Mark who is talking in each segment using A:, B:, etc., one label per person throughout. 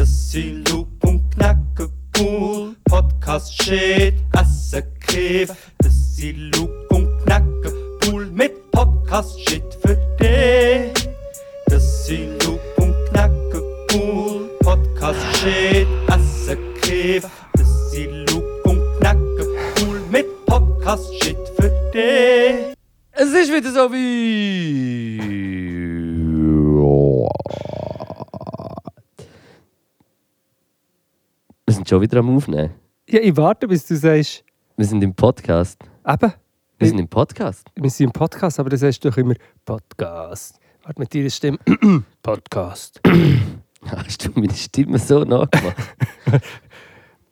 A: Bussi, Lup und Knacke cool. Podcast shit, Asse Kiff. Bussi, Lup und Knacke cool. Mit Podcast shit für dich. Bussi, Lup und Knacke cool. Podcast shit, Asse Kiff. Bussi, Lup und Knacke cool. Mit Podcast shit für dich.
B: Es ist wieder so wie.
C: Wir sind schon wieder am Aufnehmen.
B: Ja, ich warte, bis du sagst,
C: Wir sind im Podcast.
B: eben,
C: Wir sind im Podcast.
B: wir sind im Podcast, aber das heißt doch immer Podcast. Warte mit deiner Stimme. Podcast.
C: Hast du meine Stimme so nachgemacht?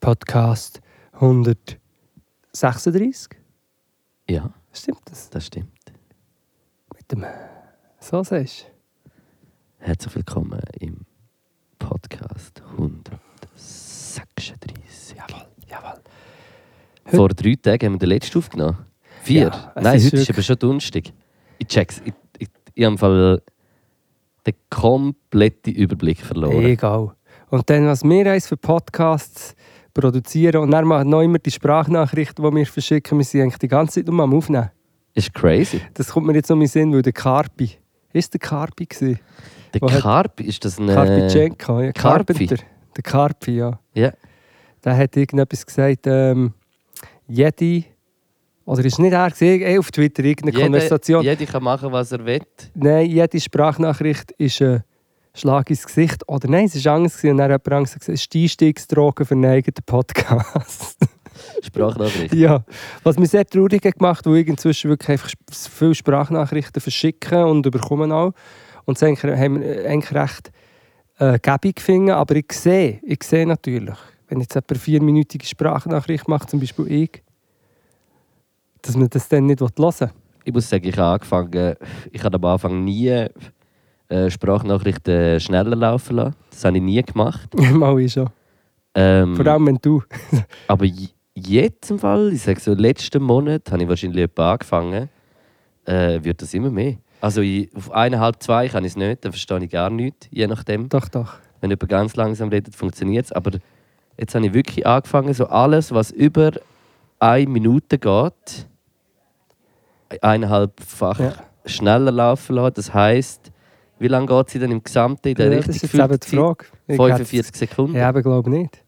B: Podcast 136.
C: ja,
B: Stimmt das?
C: das stimmt.
B: Mit dem. So sagst du.
C: Herzlich willkommen im Podcast 136.
B: Jawohl, jawohl.
C: Vor drei Tagen haben wir den letzten aufgenommen. Vier?
B: Ja, es
C: Nein,
B: ist
C: heute ist
B: wirklich-
C: aber schon Donnerstag. Ich check's. Ich, ich, ich habe im Fall den kompletten Überblick verloren.
B: Egal. Und dann, was wir uns für Podcasts produzieren und dann machen noch immer die Sprachnachrichten, die wir verschicken, wir sind eigentlich die ganze Zeit nur am Aufnehmen.
C: Ist crazy.
B: Das kommt mir jetzt um in den Sinn, weil der Carpi. Ist der Carpi gewesen?
C: Der
B: Wo hat-
C: Karp, ist das ein...
B: Carpichenko, ja.
C: Carpi.
B: Carpenter. Der Carpi, ja.
C: Ja.
B: Der hat irgendetwas gesagt, ähm, jede. Oder ist nicht er gewesen? Eh, auf Twitter irgendeine Konversation.
C: Jeder kann machen, was er will.
B: Nein, jede Sprachnachricht ist ein Schlag ins Gesicht. Oder nein, es ist Angst gewesen. Und dann hat jemand gesagt, es ist die Einstiegsdroge für einen eigenen Podcast.
C: Sprachnachricht.
B: Ja, was mich sehr traurig hat gemacht, wo ich inzwischen wirklich einfach sp- viele Sprachnachrichten verschicke und überkomme auch. Und das eigentlich- haben wir eigentlich recht äh, gäbig gefunden, aber ich sehe, ich sehe natürlich, wenn jetzt jemand eine vierminütige Sprachnachricht macht, zum Beispiel ich, dass man das dann nicht hören will.
C: Ich muss sagen, ich habe angefangen, ich habe am Anfang nie äh, Sprachnachrichten schneller laufen lassen. Das habe ich nie gemacht.
B: Mal ich schon.
C: Ähm,
B: Vor allem, wenn du...
C: aber j- jetzt im Fall, ich sage so, letzten Monat habe ich wahrscheinlich etwa angefangen, äh, wird das immer mehr. Also ich, auf eineinhalb, zwei kann ich es nicht, dann verstehe ich gar nichts, je nachdem.
B: Doch, doch.
C: Wenn jemand ganz langsam redet, funktioniert es. Aber jetzt habe ich wirklich angefangen, so alles, was über eine Minute geht, eineinhalbfach
B: Ja.
C: schneller laufen lassen. Das heisst, wie lange geht sie denn im Gesamten in der
B: Ja, das
C: Richtung?
B: ist jetzt eben die
C: 50,
B: Frage. Ich hätte-
C: 45 Sekunden?
B: Ja, aber glaube nicht.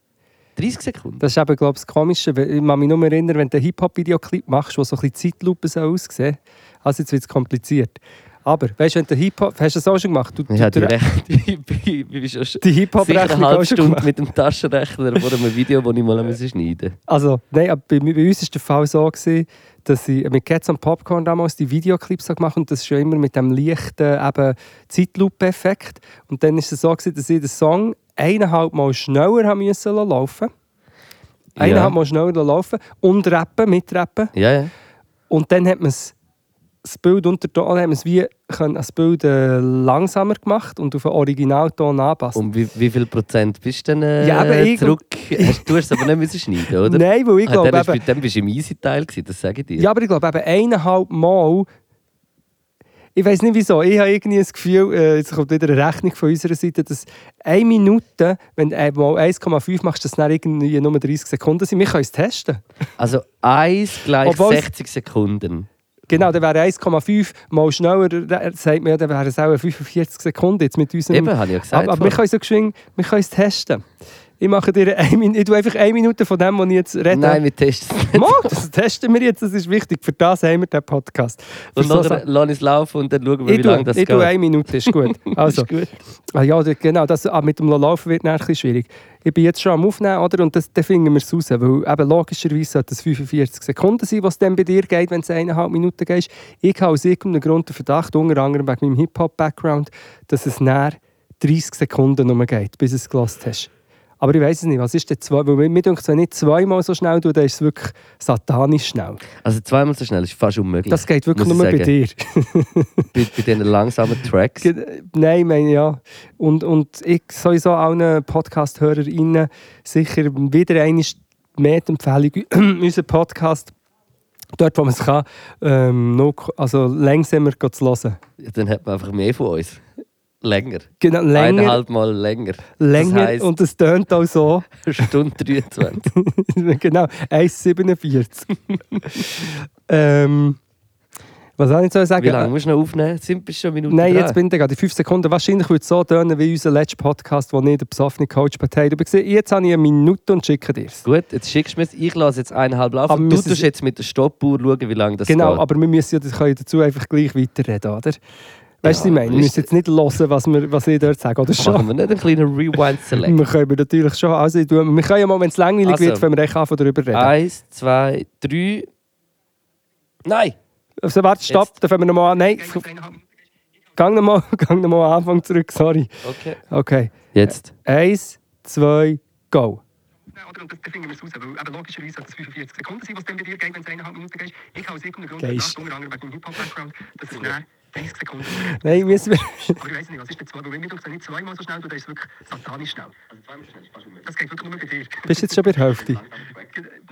C: 30 Sekunden?
B: Das ist eben, glaube ich, das Komische. weil Ich kann mich nur erinnern, wenn du einen Hip-Hop-Videoclip machst, wo so ein bisschen Zeitlupe so aussehen soll. Also jetzt wird es kompliziert. Aber, weißt du, wenn du Hip-Hop... Hast du das auch schon gemacht? Du, du,
C: Ich hatte
B: du-
C: recht. Ich bin- ich bin schon sicher
B: die
C: eine
B: Hip-Hop-Rechnung
C: halbe
B: auch schon
C: Stunde
B: gemacht.
C: mit dem Taschenrechner vor einem Video, das ich mal musste schneiden
B: Also, nein, aber bei, bei uns war der Fall so, gewesen, dass ich mit Cats und Popcorn damals die Videoclips so gemacht habe. und das ist ja immer mit dem leichten eben Zeitlupe-Effekt. Und dann war es so, gewesen, dass ich den Song eineinhalb Mal schneller haben müssen laufen
C: Ja.
B: Eineinhalb Mal schneller laufen und rappen, mitrappen.
C: Ja, ja.
B: Und dann hat man es- das Bild unter Ton, hat man es wie können, das Bild äh, langsamer gemacht und auf den Originalton angepasst.
C: Und wie, wie viel Prozent bist du denn äh,
B: Ja, aber ich-
C: zurück? Hast, du hast es aber nicht müssen schneiden, oder?
B: Nein, weil ich
C: Ah, dann
B: glaube
C: bist du-
B: eben,
C: Dann bist du im Easy-Teil, gewesen, das sage ich dir.
B: ja, aber ich glaube eben eineinhalb Mal, ich weiß nicht wieso, ich habe irgendwie das Gefühl, äh, jetzt kommt wieder eine Rechnung von unserer Seite, dass eine Minute, wenn du einmal 1,5 machst, dass es dann irgendwie nur 30 Sekunden sind. Wir können es testen.
C: Also 1 gleich
B: Obwohl es-
C: 60 Sekunden.
B: Genau, dann wäre 1,5 mal schneller, äh, sagt man, ja, dann wären es auch 45 Sekunden jetzt mit unserem...
C: Eben, habe ich ja gesagt.
B: aber aber wir
C: vorhin.
B: können so geschwind, wir können es testen. Ich mache dir eine Minute, ich tue einfach eine Minute von dem, was ich jetzt rede.
C: Nein, wir testen es nicht.
B: Mal, das testen wir jetzt, das ist wichtig. Für das haben wir den Podcast. Für
C: Und
B: so
C: dann
B: Sachen.
C: lass es laufen und dann schauen wir, wie
B: ich
C: lange
B: tue,
C: das
B: ich
C: geht.
B: tue eine Minute, ist gut. Also,
C: Ist gut.
B: Ah, ja, da- genau, das, ah, mit dem Laufen wird dann ein bisschen schwierig. Ich bin jetzt schon am Aufnehmen, oder? Und das, dann finden wir es raus. Weil eben logischerweise sollte es 45 Sekunden sein, was dann bei dir geht, wenn es eineinhalb Minuten geht. Ich habe aus irgendeinem Grund den Verdacht, unter anderem wegen meinem Hip-Hop-Background, dass es näher 30 Sekunden nur geht, bis du es gelost hast. Aber ich weiß es nicht, was ist denn zwei? Weil mir, mir denkt, wenn ich zweimal so schnell tue, dann ist es wirklich satanisch schnell.
C: Also zweimal so schnell ist fast unmöglich.
B: Das geht wirklich
C: muss
B: nur
C: ich
B: bei
C: sagen.
B: dir.
C: Bei, bei diesen langsamen Tracks.
B: Ge- Nein, meine ja. Und, und ich sowieso allen Podcast-HörerInnen sicher wieder eine mehr die Empfehlung, unseren Podcast, dort wo man es kann, ähm, noch, also langsamer zu hören.
C: Dann hat man einfach mehr von uns. länger.
B: Genau, länger,
C: Eineinhalb Mal länger.
B: länger
C: halt, das heisst-
B: und es tönt auch so.
C: Stunde 23.
B: genau, 1,47. ähm, was soll ich jetzt sagen?
C: Wie lange musst du noch aufnehmen? Sind bist du schon Minuten
B: Genau. Nein,
C: dran?
B: jetzt bin ich gerade in 5 Sekunden. Wahrscheinlich würde es so tönen wie unser letzter Podcast, wo nicht der besoffene Coach beteiligt war. Jetzt habe ich eine Minute und schicke dir es.
C: Gut, jetzt schickst du mir es. Ich lasse jetzt eineinhalb laufen.
B: Aber
C: Aber
B: wir
C: du
B: müssen
C: tust
B: es-
C: jetzt mit der Stoppuhr schauen, wie lange das
B: Genau,
C: geht.
B: aber wir müssen ja, das können ja dazu einfach gleich weiterreden, oder? Weißt du, was ich
C: Ja,
B: meine? Wir
C: ist-
B: müssen jetzt nicht hören, was, wir, was ich dort sage, oder schon?
C: Machen wir nicht einen kleinen Rewind-Select?
B: Wir können natürlich schon. Also, ich tue- wir können ja mal, wenn es langweilig
C: Also.
B: wird, können wir echt anfangen, darüber reden.
C: Eins, zwei, drei. Nein!
B: Also, warte, stopp,
C: Jetzt.
B: dann fangen wir nochmal an. Nein, f- gang nochmal noch mal an Anfang zurück, sorry.
C: Okay.
B: Okay,
C: Jetzt.
B: eins, zwei, go.
D: Oder, und das finden wir es raus, weil eben logischerweise sollte es 45 Sekunden sein, was dann bei dir geht, wenn es eineinhalb Minuten geht. Ich habe aus irgendeinem Grund
B: Geist.
D: gedacht, unter anderem wegen meinem Hip-Hop-Background, dass es näher 30 Sekunden sind.
B: Nein, müssen wir.
D: Aber ich weiß nicht, was ist denn zwei? Weil mir tut es nicht zweimal so schnell, du ist es wirklich satanisch schnell. Also zweimal so schnell ist fast unmöglich. Das geht wirklich nur bei dir.
B: Bist jetzt schon bei der Hälfte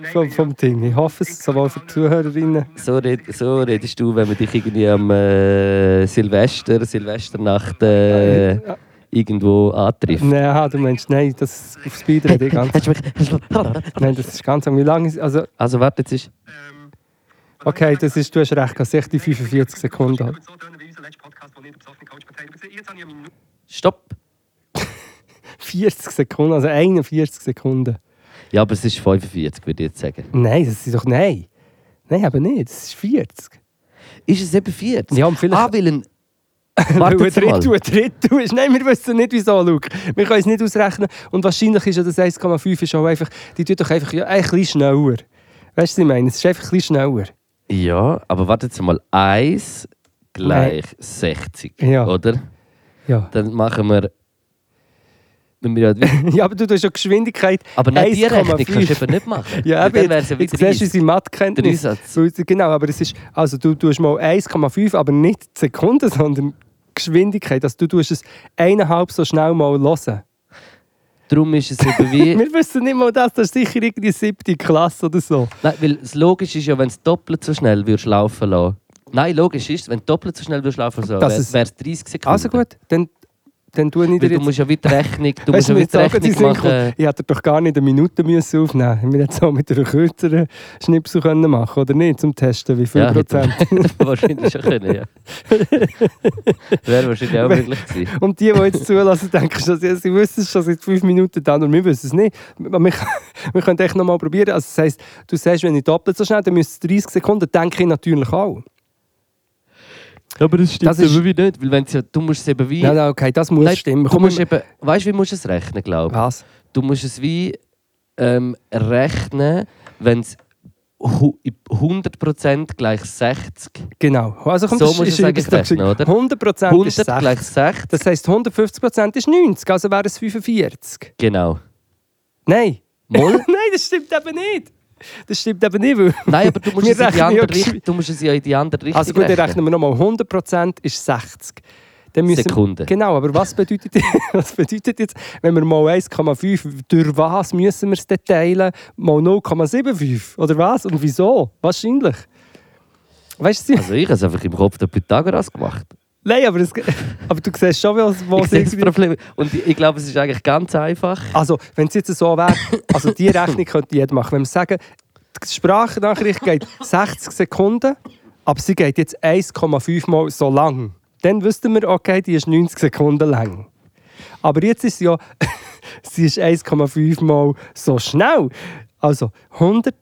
D: Nein,
B: vom, vom Ding? Ich hoffe es, sowohl für die Zuhörerinnen.
C: So, red, so redest du, wenn man dich irgendwie am äh, Silvester, Silvesternacht äh, irgendwo antrifft.
B: Nein, aha, du meinst, nein, das ist auf Speed rede ich ganz. Nein, das ist ganz lang. Wie lange ist. Also,
C: Also, warte, jetzt ist.
B: okay, das ist, du hast recht, gehabt, sicher die 45 Sekunden.
D: Das wird so tönen wie unser letzter Podcast, wo nicht der besoffene Coach beteiligt ist. Jetzt habe ich eine Minute.
C: Stopp!
B: 40 Sekunden, also 41 Sekunden.
C: Ja, aber es ist 45, würde ich jetzt sagen.
B: Nein, das ist doch nein. Nein, aber nicht. Das ist 40.
C: Ist es eben 40?
B: Ja, und vielleicht-
C: Ah, weil ein. Warte
B: Weil ein
C: jetzt mal.
B: Drittel, ein Drittel ist. Nein, wir wissen nicht, wieso, Luke. Wir können es nicht ausrechnen. Und wahrscheinlich ist ja das 1,5 ist auch einfach, die tut doch einfach ja, ein bisschen schneller. Weißt du, was ich meine? Es ist einfach ein bisschen schneller.
C: Ja, aber warte jetzt mal. 1 gleich 60,
B: Ja.
C: oder?
B: Ja,
C: Dann machen wir. Wenn wir halt ja-
B: ja aber du hast ja Geschwindigkeit.
C: Aber nein, die Rechnung
B: 1,5.
C: kannst du eben nicht machen.
B: Ja,
C: Weil
B: aber
C: dann
B: jetzt,
C: wär's ja
B: jetzt
C: wieder
B: siehst du
C: 30.
B: unsere Mathekenntnis.
C: Dreisatz.
B: Weil- Genau, aber es ist, also du tust mal 1,5, aber nicht die Sekunden, sondern Geschwindigkeit. Also du tust es eineinhalb so schnell mal hören.
C: Darum ist es eben wie.
B: Wir wissen nicht mal das, das ist sicher irgendwie siebte Klasse oder so.
C: Nein, weil das logisch ist ja, wenn es doppelt so schnell würdest laufen lassen. Nein, logisch ist, wenn du doppelt so schnell würdest laufen lassen,
B: Das ist-
C: wäre es 30 Sekunden.
B: Also gut, dann, dann tue ich dir
C: Weil du
B: jetzt...
C: musst ja wieder Rechnung, du
B: Weisst
C: musst ja
B: mir jetzt
C: wieder
B: sagen, sie
C: Rechnung
B: sind kurz.
C: machen.
B: ich hätte doch gar nicht eine Minute müssen aufnehmen müssen. Wir hätten es auch mit einer kürzeren Schnipsel können machen oder nicht, zum Testen, wie viel
C: Ja, hätte
B: Prozent.
C: man wahrscheinlich schon können, ja. Wäre wahrscheinlich auch möglich gewesen.
B: Und die, die jetzt zulassen, denken schon, sie, sie wissen es schon seit fünf Minuten dann und wir wissen es nicht. Aber wir, wir können echt nochmal probieren. Also das heisst, du sagst, wenn ich doppelt so schnell, dann müsste es 30 Sekunden, denke ich natürlich auch.
C: Aber das stimmt
B: Das ist- eben
C: wie nicht, weil wenn ja, du musst es eben wie...
B: Nein, nein, okay, das muss
C: Nein,
B: stimmen.
C: Du
B: Komm,
C: musst
B: wir-
C: eben, weißt du, wie musst du es rechnen, glaube ich?
B: was?
C: Du musst es wie ähm, rechnen, wenn es hu- 100% gleich 60
B: Genau. Also komm,
C: So
B: das
C: muss
B: ist
C: es eigentlich
B: übrigens-
C: rechnen, oder?
B: 100%
C: 100
B: ist 60.
C: gleich 60.
B: Das heisst, 150% ist 90, also wäre es 45.
C: Genau.
B: Nein.
C: Moll?
B: Nein, das stimmt eben nicht. Das stimmt eben nicht, weil...
C: Nein, aber du musst,
B: Wir
C: es in die
B: rechnen
C: andere
B: ja
C: Richtung, du musst es ja in die andere Richtung
B: Also gut, dann
C: rechnen.
B: rechnen wir nochmal. 100% ist 60. Dann müssen
C: Sekunden.
B: Genau, aber was bedeutet, was bedeutet jetzt, wenn wir mal 1,5, durch was müssen wir es dann teilen? Mal 0,75 oder was? Und wieso? Wahrscheinlich. Weißt du,
C: Also ich habe es einfach im Kopf der Pythagoras gemacht.
B: nein, aber, es, aber du siehst schon, wo
C: Ich
B: es
C: sehe das
B: Oh, irgendwie...
C: Problem. Und ich, ich glaube, es ist eigentlich ganz einfach.
B: Also, wenn es jetzt so wäre, also die Rechnung könnte jeder machen. Wenn wir sagen, die Sprachnachricht geht 60 Sekunden, aber sie geht jetzt 1,5 Mal so lang. Dann wüssten wir, okay, die ist 90 Sekunden lang. Aber jetzt ist sie ja, sie ist 1,5 Mal so schnell. Also 100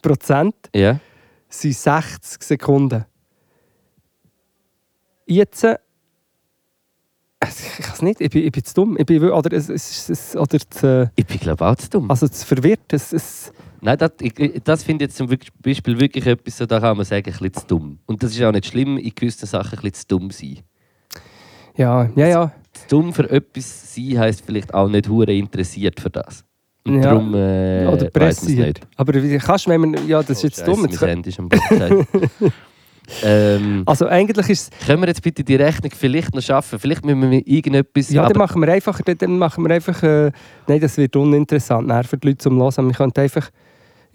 B: Prozent
C: Ja.
B: sind 60 Sekunden. Jetzt. äh, Ich kann es nicht, ich bin, ich bin zu dumm. Ich bin, wirklich- oder es, es, es, oder zu, äh,
C: Ich bin glaube auch zu dumm.
B: also zu verwirrt. Es, es,
C: Nein, das, ich- ich, das finde ich jetzt zum Beispiel wirklich etwas, so, da kann man sagen, ein bisschen zu dumm. Und das ist auch nicht schlimm, in gewissen Sachen ein bisschen zu dumm sein.
B: ja, ja, ja.
C: Zu dumm für etwas sein heisst vielleicht auch nicht hure interessiert für das. Und
B: Ja.
C: darum
B: oder
C: äh, weiss man's nicht.
B: pressiert. Aber wie kannst du, wenn man. Ja, das ist
C: Oh,
B: jetzt dumm.
C: Scheisse,
B: Jetzt,
C: Mein
B: kann-
C: Handy ist am Boden. ähm,
B: also eigentlich ist es.
C: Können wir jetzt bitte die Rechnung vielleicht noch schaffen? Vielleicht müssen wir irgendetwas.
B: Ja, dann
C: aber
B: machen wir einfach. Dann machen wir einfach äh, nein, das wird uninteressant. Nervt für die Leute zum Hören. Wir können einfach.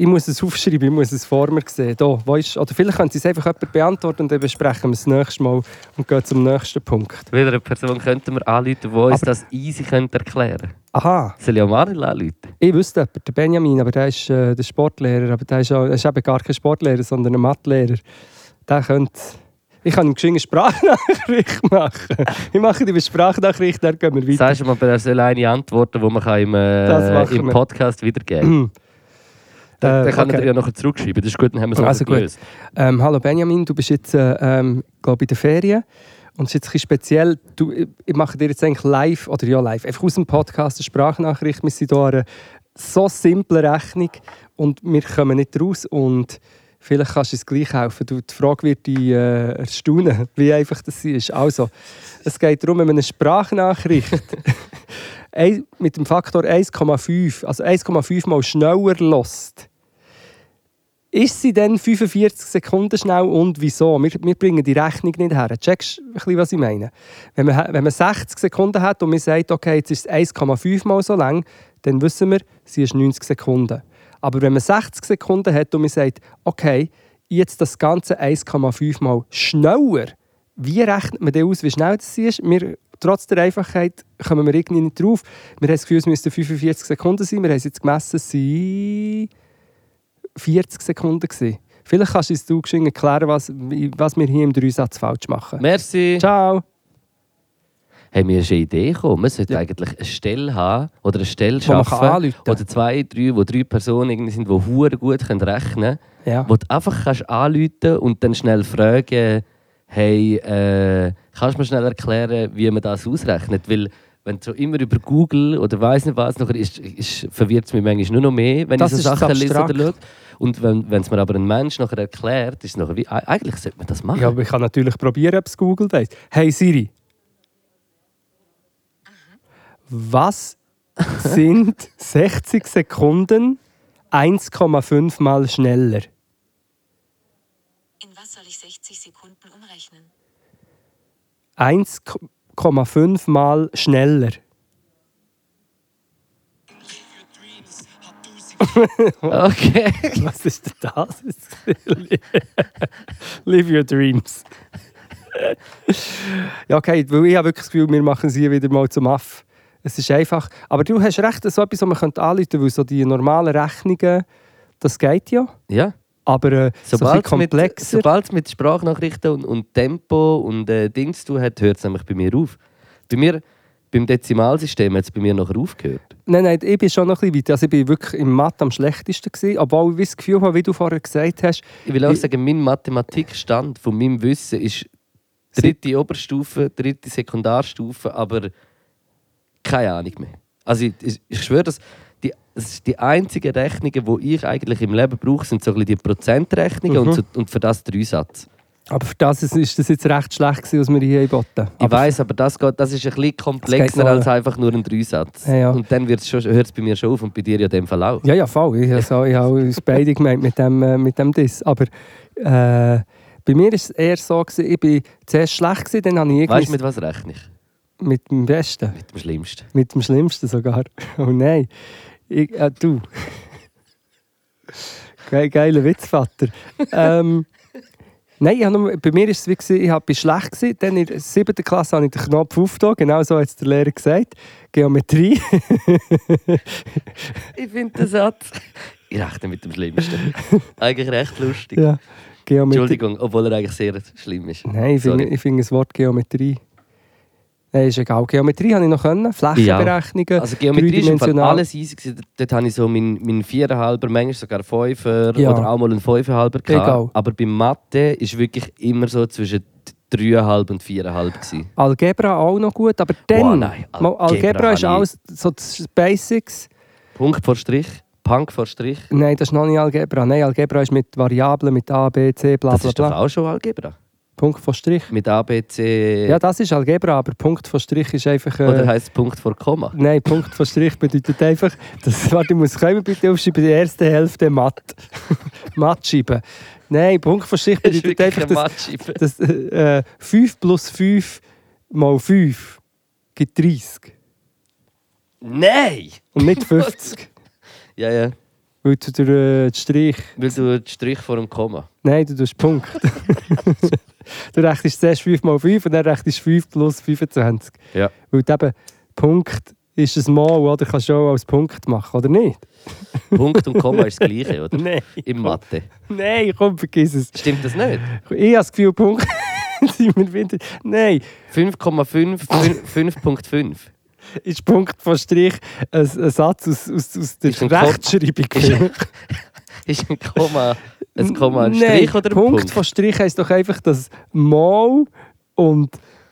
B: Ich muss es aufschreiben, ich muss es vor mir sehen. Da, wo ist, oder vielleicht können Sie es einfach jemand beantworten und dann besprechen wir es nächstes Mal und gehen zum nächsten Punkt.
C: Wieder eine Person könnten wir anrufen, die uns das easy könnte erklären könnte.
B: Aha,
C: Soll ich auch Maril anrufen?
B: ich wüsste jemanden, der Benjamin, aber der ist äh, der Sportlehrer. Aber der ist, auch, er ist eben gar kein Sportlehrer, sondern ein Mathelehrer. Der könnte... Ich kann ihm geschwind eine Sprachnachricht machen. Ich mache die Sprachnachricht, dann gehen wir weiter.
C: Sagst du mal, er soll eine antworten, die man kann im,
B: Das
C: äh,
B: machen
C: im
B: wir.
C: Podcast wiedergeben
B: Äh,
C: kann. Dann kann er
B: okay.
C: dir ja nachher zurückschreiben. Das ist gut, dann haben wir es
B: Also
C: also
B: gut.
C: gelöst.
B: Ähm, hallo Benjamin, du bist jetzt, äh, ähm, glaube ich, in den Ferien. Und es ist jetzt ein bisschen speziell. Du, ich ich mache dir jetzt eigentlich live, oder ja, live, einfach aus dem Podcast eine Sprachnachricht. Wir sind hier eine so simple Rechnung und wir kommen nicht raus. Und vielleicht kannst du es gleich helfen. Du, die Frage wird dich äh, erstaunen, wie einfach das ist. Also, es geht darum, um eine Sprachnachricht ein- mit dem Faktor 1,5, also 1,5 mal schneller lässt. Ist sie denn 45 Sekunden schnell und wieso? Wir, wir bringen die Rechnung nicht her. Checkst du ein bisschen, was ich meine? Wenn man, wenn man 60 Sekunden hat und man sagt, okay, jetzt ist es 1,5 mal so lang, dann wissen wir, sie ist 90 Sekunden. Aber wenn man 60 Sekunden hat und man sagt, okay, jetzt das Ganze 1,5 mal schneller, wie rechnet man denn aus, wie schnell das ist? Wir, trotz der Einfachheit kommen wir irgendwie nicht drauf. Wir haben das Gefühl, es müssten 45 Sekunden sein. Wir haben es jetzt gemessen, es sind 40 Sekunden. Gewesen. Vielleicht kannst du uns du geschwind erklären, was, wie- was wir hier im Dreisatz falsch machen.
C: Merci.
B: Ciao!
C: haben wir schon eine Idee gekommen. Man sollte
B: Ja.
C: eigentlich eine Stelle haben oder eine Stelle
B: Wo man
C: schaffen.
B: kann anrufen.
C: oder zwei, drei, wo drei Personen irgendwie sind, die hure gut können rechnen können.
B: Ja.
C: Wo du einfach kannst anrufen und dann schnell fragen, hey, äh, kannst du mir schnell erklären, wie man das ausrechnet? Weil wenn du so immer über Google oder weiß nicht was, nachher ist, ist, verwirrt es mich manchmal nur noch mehr, wenn
B: Das
C: ich
B: ist
C: so
B: das
C: Sachen lese oder
B: Abstrakte.
C: schaue. Und wenn wenn es mir aber ein Mensch nachher erklärt, ist es nachher wie, e- eigentlich sollte man das machen.
B: Ja, aber ich kann natürlich probieren, ob es Google weiß. Hey Siri. Was sind 60 Sekunden 1,5 mal schneller?
E: In was soll ich 60 Sekunden umrechnen?
B: 1,5 mal schneller.
C: Okay.
B: Was ist denn das? Live your dreams. ja, okay, weil ich habe wirklich das Gefühl, wir machen sie wieder mal zum Aff. Es ist einfach. Aber du hast recht, so etwas, was man könnte anrufen könnte, weil so die normalen Rechnungen, das geht ja.
C: Ja.
B: Aber äh, so ein
C: Sobald es
B: bisschen
C: mit,
B: komplexer.
C: sobald's mit Sprachnachrichten und, und Tempo und äh, Dings zu tun hat, hört es nämlich bei mir auf. Bei mir, beim Dezimalsystem hat es bei mir nachher aufgehört.
B: Nein, nein, ich bin schon noch ein bisschen weiter. Also ich bin wirklich im Mathe am schlechtesten gewesen, obwohl ich das Gefühl habe, wie du vorher gesagt hast,
C: Ich will auch
B: Ich-
C: sagen, mein Mathematikstand von meinem Wissen ist dritte Oberstufe, dritte Sekundarstufe, aber keine Ahnung mehr. Also ich, ich, ich schwöre, dass die, das ist die einzigen Rechnungen, die ich eigentlich im Leben brauche, sind so ein bisschen die
B: Mhm.
C: Prozentrechnungen und, so, und für das drei Satz.
B: aber für das ist, ist das jetzt recht schlecht gewesen, was wir hier boten.
C: Ich weiß, aber das, geht, das ist ein bisschen
B: Das geht
C: komplexer
B: noch.
C: als einfach nur ein Dreisatz.
B: Ja, ja.
C: Und dann hört es bei mir schon auf und bei dir ja in dem Fall auch.
B: Ja, ja, voll. Ich, also, ich habe uns beide gemeint mit dem, äh, mit dem Diss. Aber äh, bei mir war es eher so, gewesen, ich war zuerst schlecht, gewesen, dann habe ich irgendwie
C: Weißt du, mit was rechne ich?
B: mit dem Besten,
C: Mit dem Schlimmsten.
B: mit dem Schlimmsten sogar. Oh nein, ich, äh, du. Ge geiler Witz, Vater. ähm, nein, ich hab nur, bei mir war es wie, gewesen, ich hab- bin schlecht, gewesen, dann in der 7. Klasse habe ich den Knopf aufgetan, genau so hat es der Lehrer gesagt. Geometrie.
C: Ich finde den Satz. Ich rechne mit dem Schlimmsten. eigentlich recht lustig.
B: ja. Geometrie.
C: Entschuldigung, obwohl er eigentlich sehr schlimm ist.
B: Nein, ich finde,
C: Sorry.
B: ich finde das Wort Geometrie. Nein, ist egal. Geometrie habe ich noch können. Flächenberechnungen.
C: Also Geometrie ist im Fall
B: dreidimensional.
C: alles easy. gewesen. Dort hatte ich so meinen mein Viererhalber, manchmal sogar Fünfer
B: Ja.
C: oder auch mal einen Fünferhalber. gehabt.
B: Egal.
C: Aber bei Mathe ist wirklich immer so zwischen dreieinhalb und viereinhalb. gewesen.
B: Algebra auch noch gut, aber dann.
C: Wow, nein,
B: Mal, Algebra,
C: Algebra
B: ist
C: habe
B: alles so das Basics.
C: Punkt vor Strich, Punk vor Strich.
B: Nein, das ist noch nicht Algebra. Nein, Algebra ist mit Variablen, mit A, B, C, bla
C: Das
B: bla
C: ist doch
B: bla.
C: auch schon Algebra.
B: Punkt vor Strich.
C: Mit ABC.
B: Ja, das ist Algebra, aber Punkt vor Strich ist einfach. Äh,
C: oder heißt es Punkt vor Komma?
B: Nein, Punkt vor Strich bedeutet einfach, dass, warte, ich muss können wir bitte aufschreiben, die erste Hälfte matt. matt schreiben. Nein, Punkt vor Strich
C: Das ist
B: bedeutet
C: wirklich
B: einfach,
C: ein
B: dass,
C: Matscheibe.
B: dass äh, 5 plus 5 mal 5 gibt 30
C: Nein!
B: und nicht 50.
C: Ja, ja.
B: Weil du den äh, den Strich.
C: Weil du den Strich vor dem Komma.
B: Nein, du tust Punkt. du rechnest zuerst 5 mal 5 und dann rechnest 5 plus 25.
C: Ja.
B: Weil du eben Punkt ist ein Mal, oder? Kannst du auch als Punkt machen, oder nicht?
C: Punkt und Komma ist das Gleiche, oder?
B: Nein.
C: Im Mathe.
B: Nein, komm, vergiss es.
C: Stimmt das nicht?
B: Ich habe das Gefühl, Punkt sind wir wieder. Nein,
C: 5,5, 5.5.
B: ist Punkt von Strich ein, ein Satz aus, aus, aus der
C: Ist ein Kopf-
B: Rechtschreibung.
C: Ist ein Komma ein, Komma ein
B: Nein,
C: Strich oder ein
B: Punkt?
C: Punkt?
B: von Strich heisst doch einfach, dass mal und,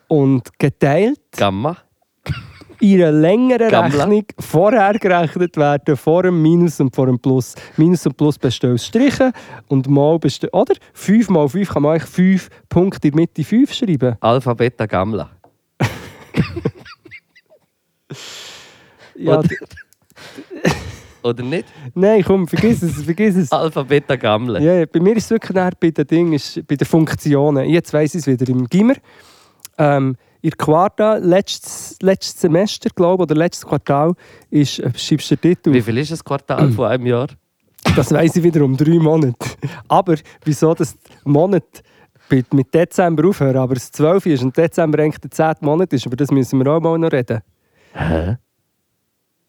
B: und geteilt
C: Gamma.
B: in einer längeren
C: Gamla.
B: Rechnung vorher gerechnet werden, vor dem Minus und vor dem Plus. Minus und Plus bestehen aus Strichen und mal bestehen, oder? 5 mal 5 kann man eigentlich 5 Punkte in der Mitte 5 schreiben.
C: Alpha, Beta, Gamma.
B: Ja,
C: Oder-
B: d-
C: Oder nicht?
B: nein, komm, vergiss es, vergiss es.
C: Alpha, Beta, Gamma.
B: Ja, ja, bei mir ist es wirklich nachher bei den Dingen, ist, bei den Funktionen. Jetzt weiss ich es wieder im Gimmer. Ähm, in der Quarta, letztes, letztes Semester, glaube ich, oder letztes Quartal, ist, äh, schreibst du den Titel.
C: Wie viel ist ein Quartal von einem Jahr?
B: Das weiss ich wieder um drei Monate. Aber wieso das Monat mit mit Dezember aufhören, aber das 12 ist und Dezember eigentlich der 10. Monat ist, aber das müssen wir auch mal noch reden.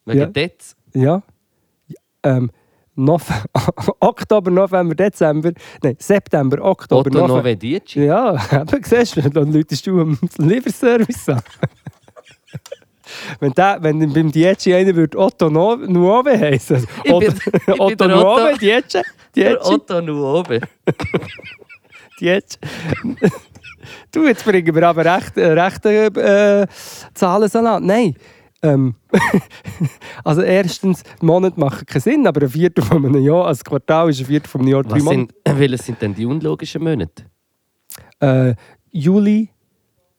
C: Wegen
B: Ja.
C: Dez?
B: Ja. Ähm, Nov Oktober, November, Dezember. Nein, September, Oktober,
C: Otto
B: November.
C: Novedici?
B: Ja, eben, siehst du, dann läutest du am Lieferservice an. Wenn, der, wenn beim Dietschi einer würde Otto No- Nuove heißen. Also,
C: Ich bin- ich bin
B: Otto, Otto
C: der
B: Nuove,
C: Otto.
B: Dietschi,
C: Der
B: Dietschi,
C: Otto Nuobe.
B: Dietschi. Du, jetzt bringen wir aber recht, äh, recht äh, Zahlensalat. Nein. Ähm, also erstens, Monat macht keinen Sinn, aber ein Viertel von einem Jahr, also ein Quartal ist ein Viertel von einem Jahr, drei
C: Was
B: Monate.
C: sind, welches sind denn die unlogischen Monate?
B: äh, Juli,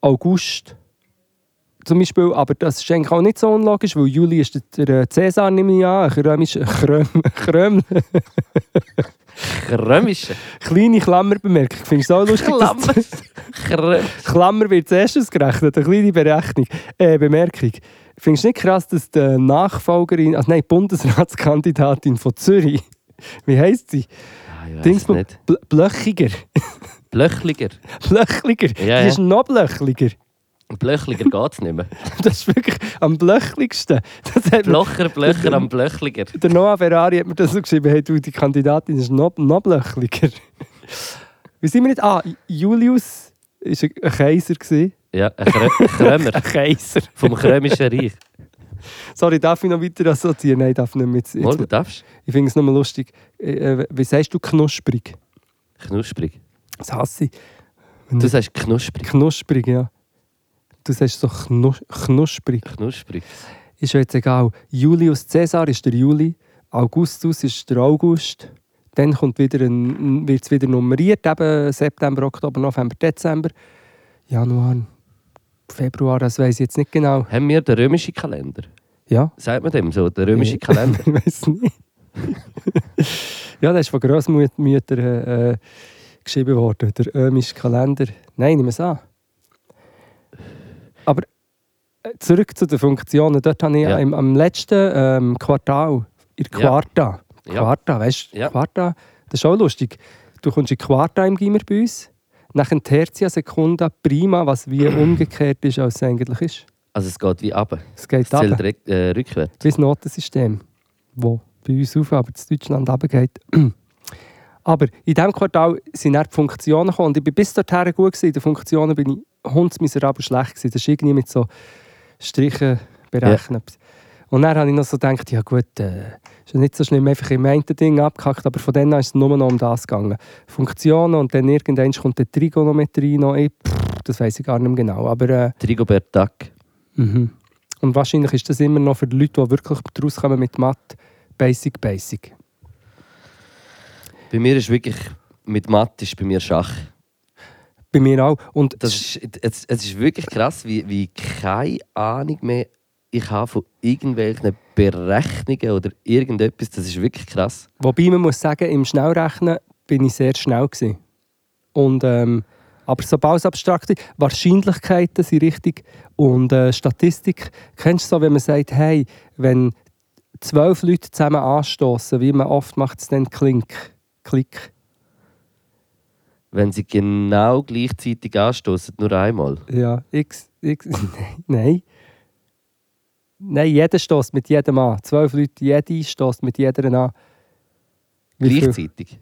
B: August zum Beispiel, aber das ist eigentlich auch nicht so unlogisch, weil Juli ist der, der äh, Cäsar, nehme ich an, ein römischer Kröm, Kröm,
C: Krömische.
B: kleine Klammerbemerkung, findest du auch lustig? dass-
C: Klammer. Krö
B: Klammer wird zuerst ausgerechnet, eine kleine Berechnung, äh, Bemerkung. Findest du nicht krass, dass die Nachfolgerin, also nein, die Bundesratskandidatin von Zürich, wie heisst sie?
C: ah, ich weiss
B: Dingsbum-
C: nicht.
B: Bl- Blöchiger.
C: Blöchliger.
B: Blöchliger.
C: Ja,
B: die
C: ja.
B: ist noch blöchliger.
C: Blöchliger geht es nicht mehr.
B: Das ist wirklich am blöchligsten. Das hat man-
C: Blocher, Blöcher am Blöchliger.
B: Der Noah Ferrari hat mir das so geschrieben, hey, du, die Kandidatin ist noch, noch blöchliger. Wie sind wir nicht? Ah, Julius war ein ein Kaiser. gewesen.
C: Ja, ein Krö Krömer.
B: Ein Kaiser.
C: Vom Krömischen Reich.
B: Sorry, darf ich noch weiter assoziieren? Nein, darf nicht mehr. Jetzt,
C: Mal, du
B: jetzt,
C: darfst.
B: ich finde es nochmal lustig. Äh, äh, wie sagst du knusprig?
C: Knusprig.
B: Das hasse ich.
C: Du sagst knusprig.
B: Knusprig, ja. Du sagst so knus knusprig.
C: Knusprig.
B: Ist ja jetzt egal. Julius Caesar ist der Juli, Augustus ist der August. Dann kommt wieder ein, wird es wieder nummeriert, eben September, Oktober, November, Dezember, Januar, Februar, das weiß ich jetzt nicht genau.
C: Haben wir den römischen Kalender?
B: Ja,
C: Sagt man dem so? Der römische Kalender?
B: ich weiß nicht. ja, das ist von Grossmütter äh, äh, geschrieben worden, der römische Kalender. Nein, nehmen wir es an. Aber äh, zurück zu den Funktionen. Dort habe ich
C: Ja.
B: im, am letzten ähm, Quartal, in der
C: Ja.
B: Quarta,
C: Ja.
B: Quarta, weißt du,
C: Ja.
B: Quarta, das ist auch lustig. Du kommst in die Quarta im Gimmer bei uns, nach Tertia, Sekunda, Prima, was wie umgekehrt ist, als es eigentlich ist.
C: Also es geht wie ab.
B: Es geht
C: Es zählt
B: runter.
C: direkt, äh, rückwärts.
B: wie das Notensystem, das bei uns auf, aber in Deutschland runtergeht. Aber in diesem Quartal sind dann die Funktionen gekommen. Und ich bin bis dorthin gut. Gewesen. In den Funktionen bin ich hundsmiserabel schlecht. Gewesen. Das ist irgendwie mit so Strichen berechnet. Und dann habe ich noch so gedacht, ja gut, äh, ist ja nicht so schlimm, einfach im einen Ding abgehackt, aber von dann an ist es nur noch um das gegangen. Funktionen und dann irgendwann kommt die Trigonometrie noch in. Pff, das weiß ich gar nicht mehr genau. Aber äh,
C: Rigobert Duck.
B: Mhm. Und wahrscheinlich ist das immer noch für die Leute, die wirklich daraus kommen mit Mathe, basic, basic.
C: Bei mir ist wirklich, mit Mathe ist bei mir Schach.
B: Bei mir auch. Und
C: Das ist, es, es ist wirklich krass, wie, wie keine Ahnung mehr ich habe von irgendwelchen Berechnungen oder irgendetwas. Das ist wirklich krass.
B: wobei man muss sagen, im Schnellrechnen bin ich sehr schnell gewesen. Und ähm, aber sobald es abstrakt ist, Wahrscheinlichkeiten sind richtig und äh, Statistik. Kennst du so, wenn man sagt, hey, wenn zwölf Leute zusammen anstoßen, wie man oft macht es dann Klink. Klick.
C: Wenn sie genau gleichzeitig anstoßen, nur einmal.
B: Ja, x, x, nein. Nein, jeder stößt mit jedem an. Zwölf Leute, jede stößt mit jeder an. Wie viel?
C: Gleichzeitig.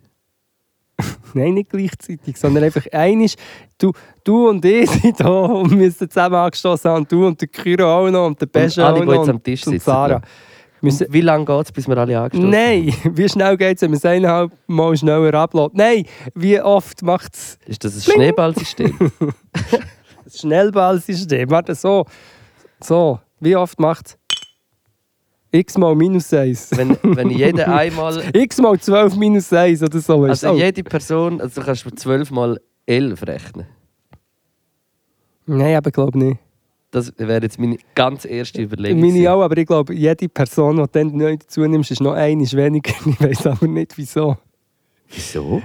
B: Nein, nicht gleichzeitig, sondern einfach einisch. Du, du und ich sind da und müssen zusammen angestoßen haben. Du und der Kyro auch noch und der Pesche
C: alle,
B: auch
C: die
B: noch.
C: jetzt
B: und-
C: am Tisch
B: und
C: sitzen,
B: Sarah.
C: ja.
B: Müssen,
C: Wie lange geht es, bis wir alle angestoßen
B: Nein, wie schnell geht es, wenn man es eineinhalb Mal schneller ablädt? Nein, wie oft macht es
C: Ist das ein Schneeballsystem?
B: das Schnellballsystem? Warte, so. So, wie oft macht es x mal minus 1?
C: wenn, wenn jeder einmal
B: x mal 12 minus 1 oder so. weisst du?
C: Also
B: Oh.
C: jede Person, also du kannst du 12 mal 11 rechnen.
B: Nein, aber ich glaube nicht.
C: Das wäre jetzt meine ganz erste Überlegung.
B: Meine auch, aber ich glaube, jede Person, die du dann neu dazu nimmst, ist noch eine weniger. Ich weiß aber nicht, wieso.
C: Wieso?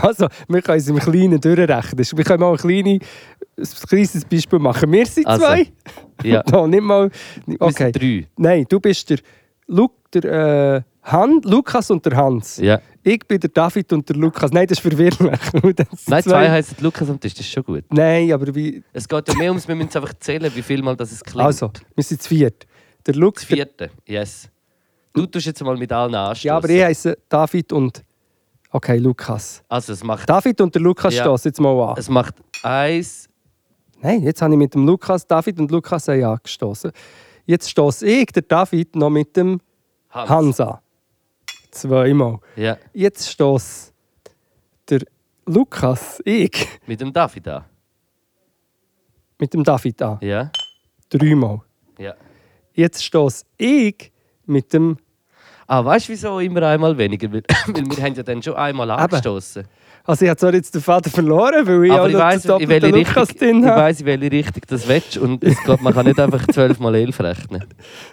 B: Also, wir können es im Kleinen durchrechnen. Wir können mal ein, kleine, ein kleines Beispiel machen. Wir sind
C: Also,
B: zwei.
C: Ja.
B: Da, nicht mal.
C: Wir sind
B: Okay.
C: Drei.
B: Nein, du bist der, Lu der äh, Han Lukas und der Hans.
C: Ja.
B: Ich bin der David und der Lukas. Nein, das ist verwirrend. Das sind
C: Nein, zwei heißen Lukas am Tisch, das ist schon gut.
B: Nein, aber wie.
C: Es geht ja mehr ums, wir müssen es einfach zählen, wie viel mal das es klingt.
B: Also, wir sind zu viert. Der
C: Das
B: Lukas.
C: vierte, yes. Du tust jetzt mal mit allen anstoßen.
B: Ja, aber ich heiße David und. Okay, Lukas.
C: Also es macht,
B: David und der Lukas
C: Ja.
B: ja. jetzt mal an.
C: es macht eins,
B: Nein, jetzt habe ich mit dem Lukas, David und Lukas haben angestoßen. Jetzt stoße ich, der David, noch mit dem
C: Hans.
B: Hans an. Zweimal.
C: Ja,
B: Jetzt stoß der Lukas, ich,
C: mit dem David an.
B: mit dem David an.
C: Ja,
B: Dreimal.
C: ja.
B: Jetzt stoß ich mit dem.
C: Ah, weißt du, wieso immer einmal weniger? Weil, weil wir haben ja dann schon einmal angestoßen.
B: Also, ich habe zwar jetzt den Vater verloren, weil ich
C: Aber ich
B: noch
C: weiß,
B: den
C: in welche
B: doppelten Lukas
C: Richtung,
B: drin
C: ich
B: habe.
C: weiss, in welche Richtung das willst. Und ich glaube, man kann nicht einfach 12 mal 11 rechnen.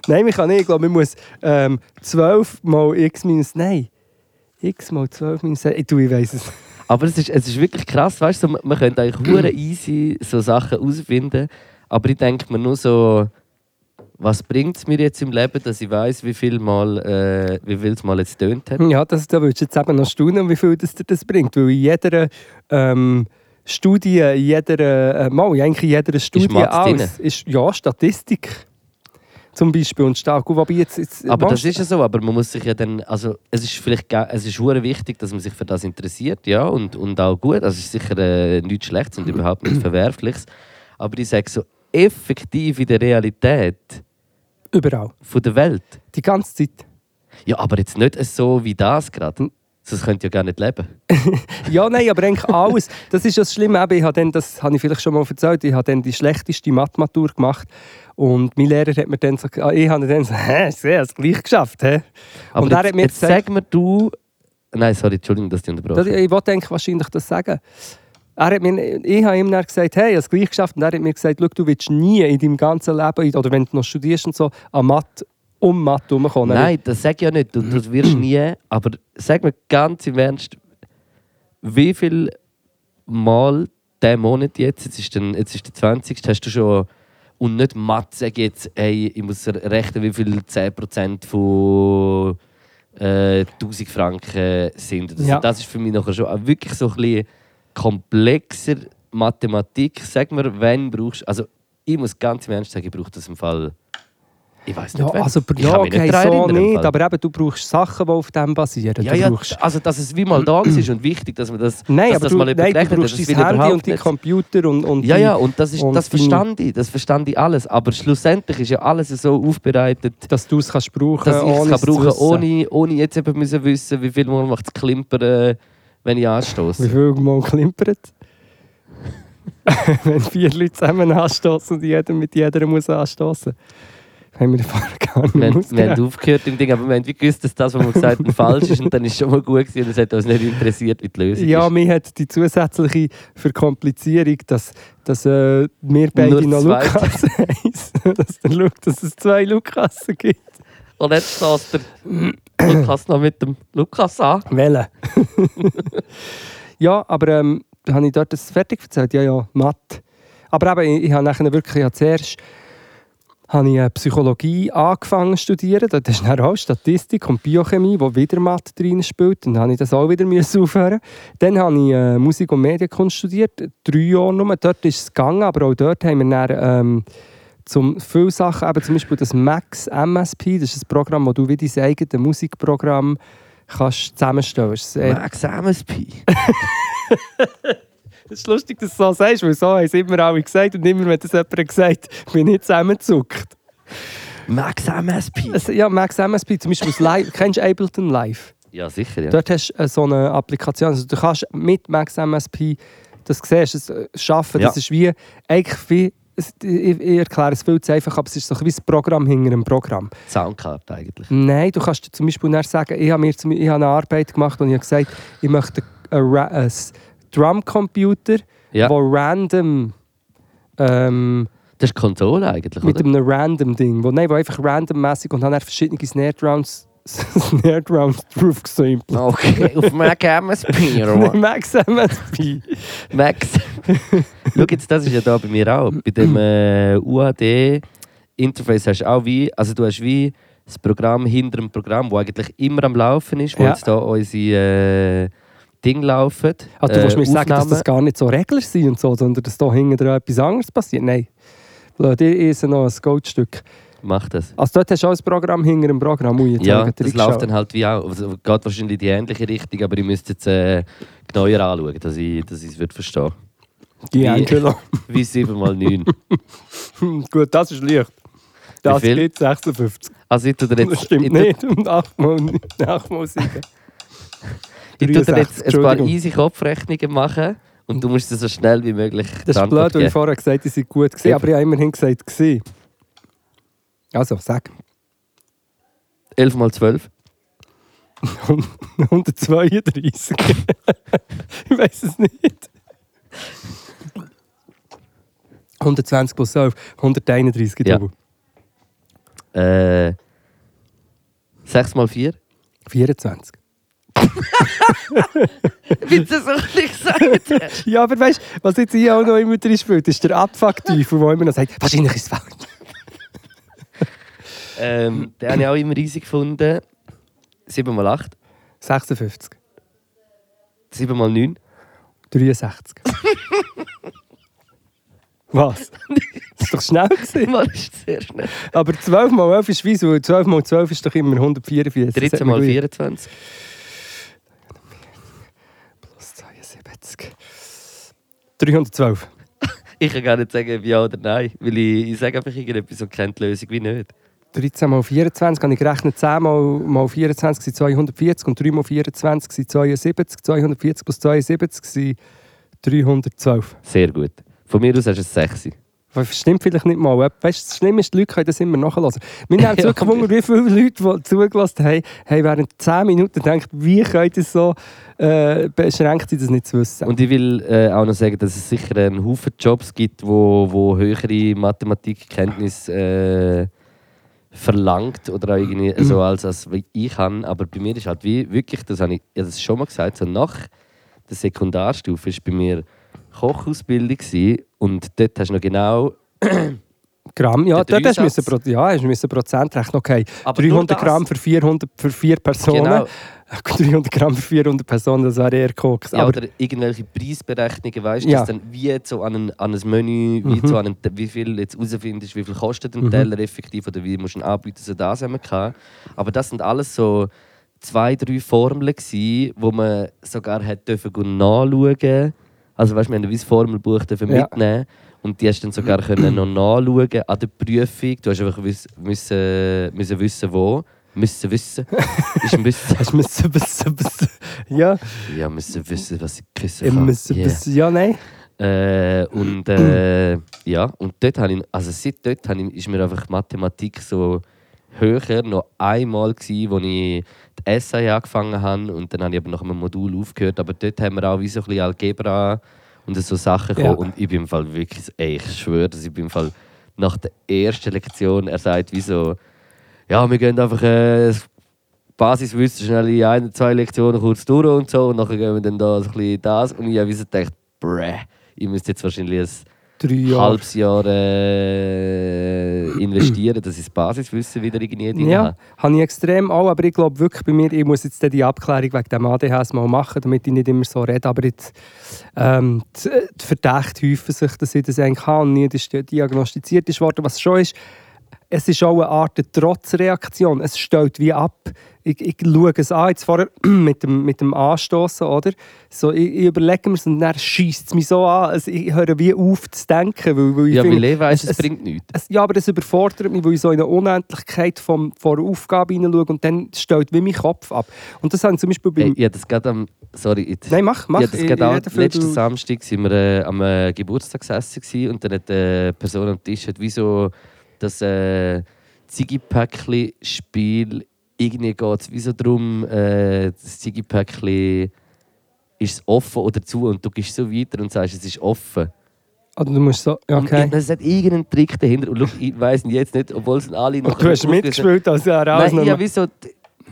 B: Nein, ich kann nicht. Ich glaube, ich muss ähm, 12 mal x minus. Nein. x mal 12 minus. Ich, du, ich weiß es.
C: Aber es ist, es ist wirklich krass, weißt du, so, man- man könnte eigentlich hure easy so Sachen herausfinden, aber ich denke mir nur so, was bringt es mir jetzt im Leben, dass ich weiß, wie viel mal, äh, wie viel es mal jetzt tönt hat?
B: Ja, das, da würdest du jetzt eben noch staunen, wie viel das dir das bringt. Weil in jeder ähm, Studie, in jeder, äh, mal, eigentlich in jeder Studie
C: Mathe
B: alles ist ja Statistik. Zum Beispiel und stark. Wobei jetzt, jetzt
C: Aber das
B: Mathe-
C: ist ja so, aber man muss sich ja dann, also es ist vielleicht, ge- es ist hure wichtig, dass man sich für das interessiert, ja, und, und auch gut, also es ist sicher äh, nichts Schlechtes und überhaupt nichts Verwerfliches, aber ich sage so, effektiv in der Realität
B: überall.
C: von der Welt,
B: Die ganze Zeit.
C: ja, aber jetzt nicht so wie das gerade, sonst könnt ihr ja gar nicht leben.
B: Ja, nein, aber eigentlich alles. Das ist ja das Schlimme. Eben, ich habe dann, das habe ich vielleicht schon mal erzählt, ich habe dann die schlechteste Mathematur gemacht. Und mein Lehrer hat mir dann so, ah, ich habe dann so, hä, ich sehe, es gleich geschafft. Hä?
C: Aber
B: und er
C: jetzt,
B: hat mir
C: jetzt
B: gesagt,
C: sag mir du. Nein, sorry, Entschuldigung, dass ich
B: Das,
C: unterbrochen habe.
B: ich wollte eigentlich wahrscheinlich das sagen. Er hat mir, ich habe ihm dann gesagt, hey, ich habe es gleich geschafft. Und er hat mir gesagt, schau, du willst nie in deinem ganzen Leben, oder wenn du noch studierst und so, an Mathe, um Mathe herumkommen.
C: Nein, das sag ich ja nicht. Du, du wirst nie. Aber sag mir ganz im Ernst, wie viel Mal diesen Monat jetzt, jetzt ist, den, jetzt ist der 20. hast du schon. Und nicht Mathe, sag jetzt, ey, ich muss rechnen, wie viel 10% von äh, 1000 Franken sind. Das,
B: Ja.
C: das ist für mich nachher schon auch wirklich so ein bisschen komplexer Mathematik. Sag mir, wenn brauchst du. Also, ich muss ganz im Ernst sagen, ich brauche das im Fall. Ich weiß nicht,
B: Ja,
C: wenn.
B: also,
C: ich
B: ja,
C: kann mich
B: okay,
C: dran
B: so
C: erinnern, im
B: nicht.
C: Fall.
B: Aber eben, du brauchst Sachen, die auf dem basieren.
C: ja,
B: du
C: ja,
B: brauchst
C: also, dass es wie mal da war und wichtig, dass man das,
B: Nein,
C: dass
B: aber
C: das
B: du,
C: mal
B: nein, du
C: jemand gerechnet hat,
B: brauchst
C: das
B: dein
C: will ich
B: Handy
C: überhaupt
B: und deinen
C: nicht.
B: Computer und, und
C: Ja,
B: die-
C: ja, und das, ist,
B: und
C: das
B: deine-
C: verstand ich, das verstand ich alles. Aber schlussendlich ist ja alles so aufbereitet,
B: dass du es kannst brauchen
C: dass ich es
B: ohne
C: kann brauchen
B: zu wissen.
C: ohne, ohne jetzt eben müssen wissen, wie viel Mal macht es klimpern, äh, wenn ich
B: Wie
C: anstoße.
B: viel mal klimpert? Wenn vier Leute zusammen anstoßen und jeder mit jeder muss anstoßen. Haben wir den Fall gar nicht
C: Wir, haben- wir
B: ausgerechnet.
C: haben aufgehört im Ding, aber wir haben wie gewusst, dass das, was wir gesagt haben, falsch ist. Und dann ist schon mal gut gewesen und es hat uns nicht interessiert, wie die Lösung
B: Ja,
C: ist.
B: mir hat die zusätzliche Verkomplizierung, dass, dass äh, wir beide
C: Nur
B: noch
C: zwei.
B: Lukas heißen. dass, der Lu- dass es zwei Lukas gibt.
C: Und jetzt saß der Lukas noch mit dem Lukas an.
B: Wählen. ja, aber ähm, habe ich dort das fertig erzählt? Ja, ja, matt. Aber eben, ich, ich habe nachher wirklich ich habe zuerst habe ich äh, Psychologie angefangen zu studieren. Da ist dann auch Statistik und Biochemie, wo wieder Mathe drin spielt. Dann habe ich das auch wieder müssen aufhören. Dann habe ich äh, Musik und Medienkunst studiert, drei Jahre nur. Dort ist es gegangen, aber auch dort haben wir dann... Ähm, zum viele Sachen, eben zum Beispiel das Max MSP, das ist ein Programm, wo du wie dein eigenes Musikprogramm kannst zusammenstellen äh, kannst.
C: Max MSP.
B: Es ist lustig, dass du so sagst, weil so haben es immer alle gesagt und immer, wenn das jemand gesagt bin ich zusammengezuckt.
C: Max MSP.
B: Also, ja, Max MSP, zum Beispiel das Live, kennst du Ableton Live?
C: Ja, sicher, ja.
B: Dort hast du äh, so eine Applikation, also du kannst mit Max MSP das siehst, das äh, Schaffen, das
C: Ja.
B: ist wie, eigentlich wie, es- ich, ich erkläre es viel zu einfach, aber es ist so ein bisschen wie das Programm hinter einem Programm.
C: Soundcard eigentlich.
B: Nein, du kannst dir zum Beispiel dann sagen, ich habe, mir zum, ich habe eine Arbeit gemacht und ich habe gesagt, ich möchte einen, Ra- einen Drumcomputer,
C: Ja.
B: wo random ähm,
C: Das ist die Konsole eigentlich,
B: mit
C: oder?
B: einem random Ding, wo, nein, wo einfach randommäßig und dann verschiedene Snare Drums, Snare Drums drauf gesimpelt.
C: Okay, auf Mac MSP, oder was?
B: Max MSP.
C: Äh, Max. Schau jetzt, das ist ja da bei mir auch. Bei dem äh, UAD-Interface hast du auch wie, also du hast wie das Programm hinter dem Programm, das eigentlich immer am Laufen ist, wo
B: Ja.
C: jetzt da unsere äh, Ding laufen.
B: Also, du willst
C: äh,
B: mir sagen, dass
C: Aufnahmen.
B: das gar nicht so Regler sind und so, sondern dass da hinten dran etwas anderes passiert? Nein. Lass dir ist noch ein Goldstück.
C: Mach das.
B: Also dort hast du auch ein Programm hinter dem Programm. Ui, jetzt
C: Ja,
B: habe ich gerade
C: das läuft
B: reingeschaut.
C: dann halt wie auch. Also, geht wahrscheinlich in die ähnliche Richtung, aber ich müsste jetzt äh, genauer anschauen, dass ich dass ich es würde verstehen
B: Die
C: halt.
B: Angelo.
C: Wie 7x9.
B: Gut, das ist leicht. Das
C: Wie viel?
B: gibt 56.
C: Also ich tue dir jetzt,
B: Das stimmt
C: ich tue-
B: nicht. Und 8 mal, 8 mal 7.
C: ich tue dir
B: 63,
C: jetzt ein paar
B: Entschuldigung.
C: easy Kopfrechnungen machen und du musst sie so schnell wie möglich
B: Das ist blöd, weil ich vorher gesagt habe, sie sind gut gewesen,
C: Eben.
B: aber ich habe immerhin gesagt, gewesen. Also, sag.
C: 11 mal 12.
B: 132. ich weiß es nicht. 120 plus 11, 131
C: Ja.
B: Double.
C: Äh, 6 mal 4.
B: 24.
C: Wie du so nicht gesagt hast.
B: Ja, aber weißt du, was jetzt hier auch noch immer drin spielt, ist der Abfuck-Teufel, der immer noch sagt, wahrscheinlich ist es falsch.
C: ähm, den habe ich auch immer easy gefunden. 7 mal 8.
B: 56.
C: 7 mal 9.
B: 63. Was? Das war doch schnell. Gewesen.
C: Mal ist sehr schnell.
B: Aber 12 mal 11 ist weiss, weil 12 mal 12 ist doch immer 144.
C: 13 mal 24.
B: 72. 312.
C: Ich kann gar nicht sagen, ob ja oder nein. Weil ich, ich sage einfach irgendetwas und kenne die Lösung wie nicht.
B: 13 mal 24 habe ich gerechnet, 10 mal, mal 24 sind 240 und 3 mal 24 sind 72. 240 plus 72 sind 312.
C: Sehr gut. Von mir aus hast du es 6.
B: Aber es Stimmt vielleicht nicht mal. Weißt du, das Schlimme ist, die Leute können das immer nachhören. Mir haben
C: Ja,
B: wirklich gewundert, wie viele Leute, die zugelassen haben, haben während 10 Minuten gedacht, wie könnt ihr so äh, beschränkt sein, das nicht zu wissen.
C: Und ich will äh, auch noch sagen, dass es sicher einen Haufen Jobs gibt, wo, wo höhere Mathematikkenntnis äh, verlangt oder auch irgendwie so als, als wie ich kann. Aber bei mir ist halt wie wirklich, das habe ich ja, das schon mal gesagt, so nach der Sekundarstufe ist bei mir Kochausbildung gewesen, und dort hast du noch genau
B: Gramm, ja,
C: Der
B: dort hast du
C: Dreisatz.
B: müssen, Pro- ja, hast du müssen Prozent rechnen, okay.
C: Aber nur
B: 300
C: das.
B: Gramm für 400 für vier Personen.
C: Genau.
B: 300 Gramm für 400 Personen, das wäre eher Koks.
C: ja,
B: aber
C: oder irgendwelche Preisberechnungen, weißt du,
B: Ja.
C: dass dann wie so an ein, an ein Menü, wie,
B: Mhm.
C: zu an einen, Te- wie viel jetzt herausfindest, wie viel kostet ein
B: Mhm.
C: Teller effektiv oder wie musst du ihn anbieten, so das haben wir gehabt. Aber das sind alles so zwei, drei Formeln gsi, wo man sogar hat dürfen gut nachschauen. Also weißt, wir haben wie das Formelbuch dürfen
B: Ja.
C: mitnehmen und die hast du dann sogar können noch nachschauen an der Prüfung. Du hast einfach wiss, müssen, müssen wissen, wo. Müssen wissen. ist müssen.
B: hast du müssen, bisschen, bisschen, ja,
C: Ja, müssen wissen, was ich küssen
B: ich
C: kann.
B: müssen,
C: Yeah.
B: bisschen, ja, nein.
C: Äh, und äh, ja, und dort habe ich, also seit dort habe ich, ist mir einfach Mathematik so höher noch einmal gsi, wo ich die Essay angefangen habe und dann habe ich aber nach einem Modul aufgehört, aber dort haben wir auch wie so ein bisschen Algebra und so Sachen
B: Ja.
C: gekommen und ich bin im Fall wirklich, ey, ich schwöre, dass ich bin im Fall nach der ersten Lektion, er sagt wie so, ja, wir gehen einfach äh, das Basiswissen schnell in ein, zwei Lektionen kurz durch und so und nachher gehen wir dann da so ein bisschen das und ich habe wie so gedacht, brä, ich müsste jetzt wahrscheinlich ein
B: drei
C: ein
B: Jahre.
C: halbes Jahr äh, investieren, dass ich das Basiswissen wieder irgendwie drin
B: Ja,
C: habe.
B: habe ich extrem auch, aber ich glaube wirklich bei mir, ich muss jetzt dann die Abklärung wegen dem ADHS mal machen, damit ich nicht immer so rede, aber jetzt, ähm, die, die Verdächte häufen sich, dass ich das eigentlich habe und nie das diagnostiziert ist worden, was schon ist, es ist auch eine Art der Trotzreaktion. Es stellt wie ab. Ich, ich schaue es an, jetzt vorher mit dem, mit dem Anstoßen, oder? So, ich, ich überlege mir es und dann schießt es mich so an. Also, ich höre wie auf zu denken, weil, weil ich
C: Ja,
B: finde,
C: weil ich weiss, es,
B: es-
C: bringt nichts.
B: es, ja, aber es überfordert mich, weil ich so in eine Unendlichkeit vom, vor der Aufgabe hineinschaue und dann stellt wie mein Kopf ab. Und das haben zum Beispiel beim...
C: Ey, ja, Äh, das geht am. Sorry, jetzt.
B: Nein, mach, mach.
C: ja, das
B: Ich-
C: geht
B: ich
C: auch.
B: rede viel,
C: Letzten
B: du-
C: Samstag waren wir äh, am äh, Geburtstag gesessen gewesen und dann hat äh, die Person am Tisch hat wie so das äh, Ziggipäckli-Spiel. Irgendwie geht es wie so darum, äh, das Ziggipäckli ist es offen oder zu und du gehst so weiter und sagst, es ist offen.
B: Oder Ah, du musst so... ja,
C: Okay.
B: Okay.
C: Und es hat irgendeinen Trick dahinter. Und schau, ich weiss ihn jetzt nicht, obwohl es ihn alle noch.
B: Ach, du hast mitgespielt, also ja, raus
C: Nein, ich,
B: nochmal.
C: habe so,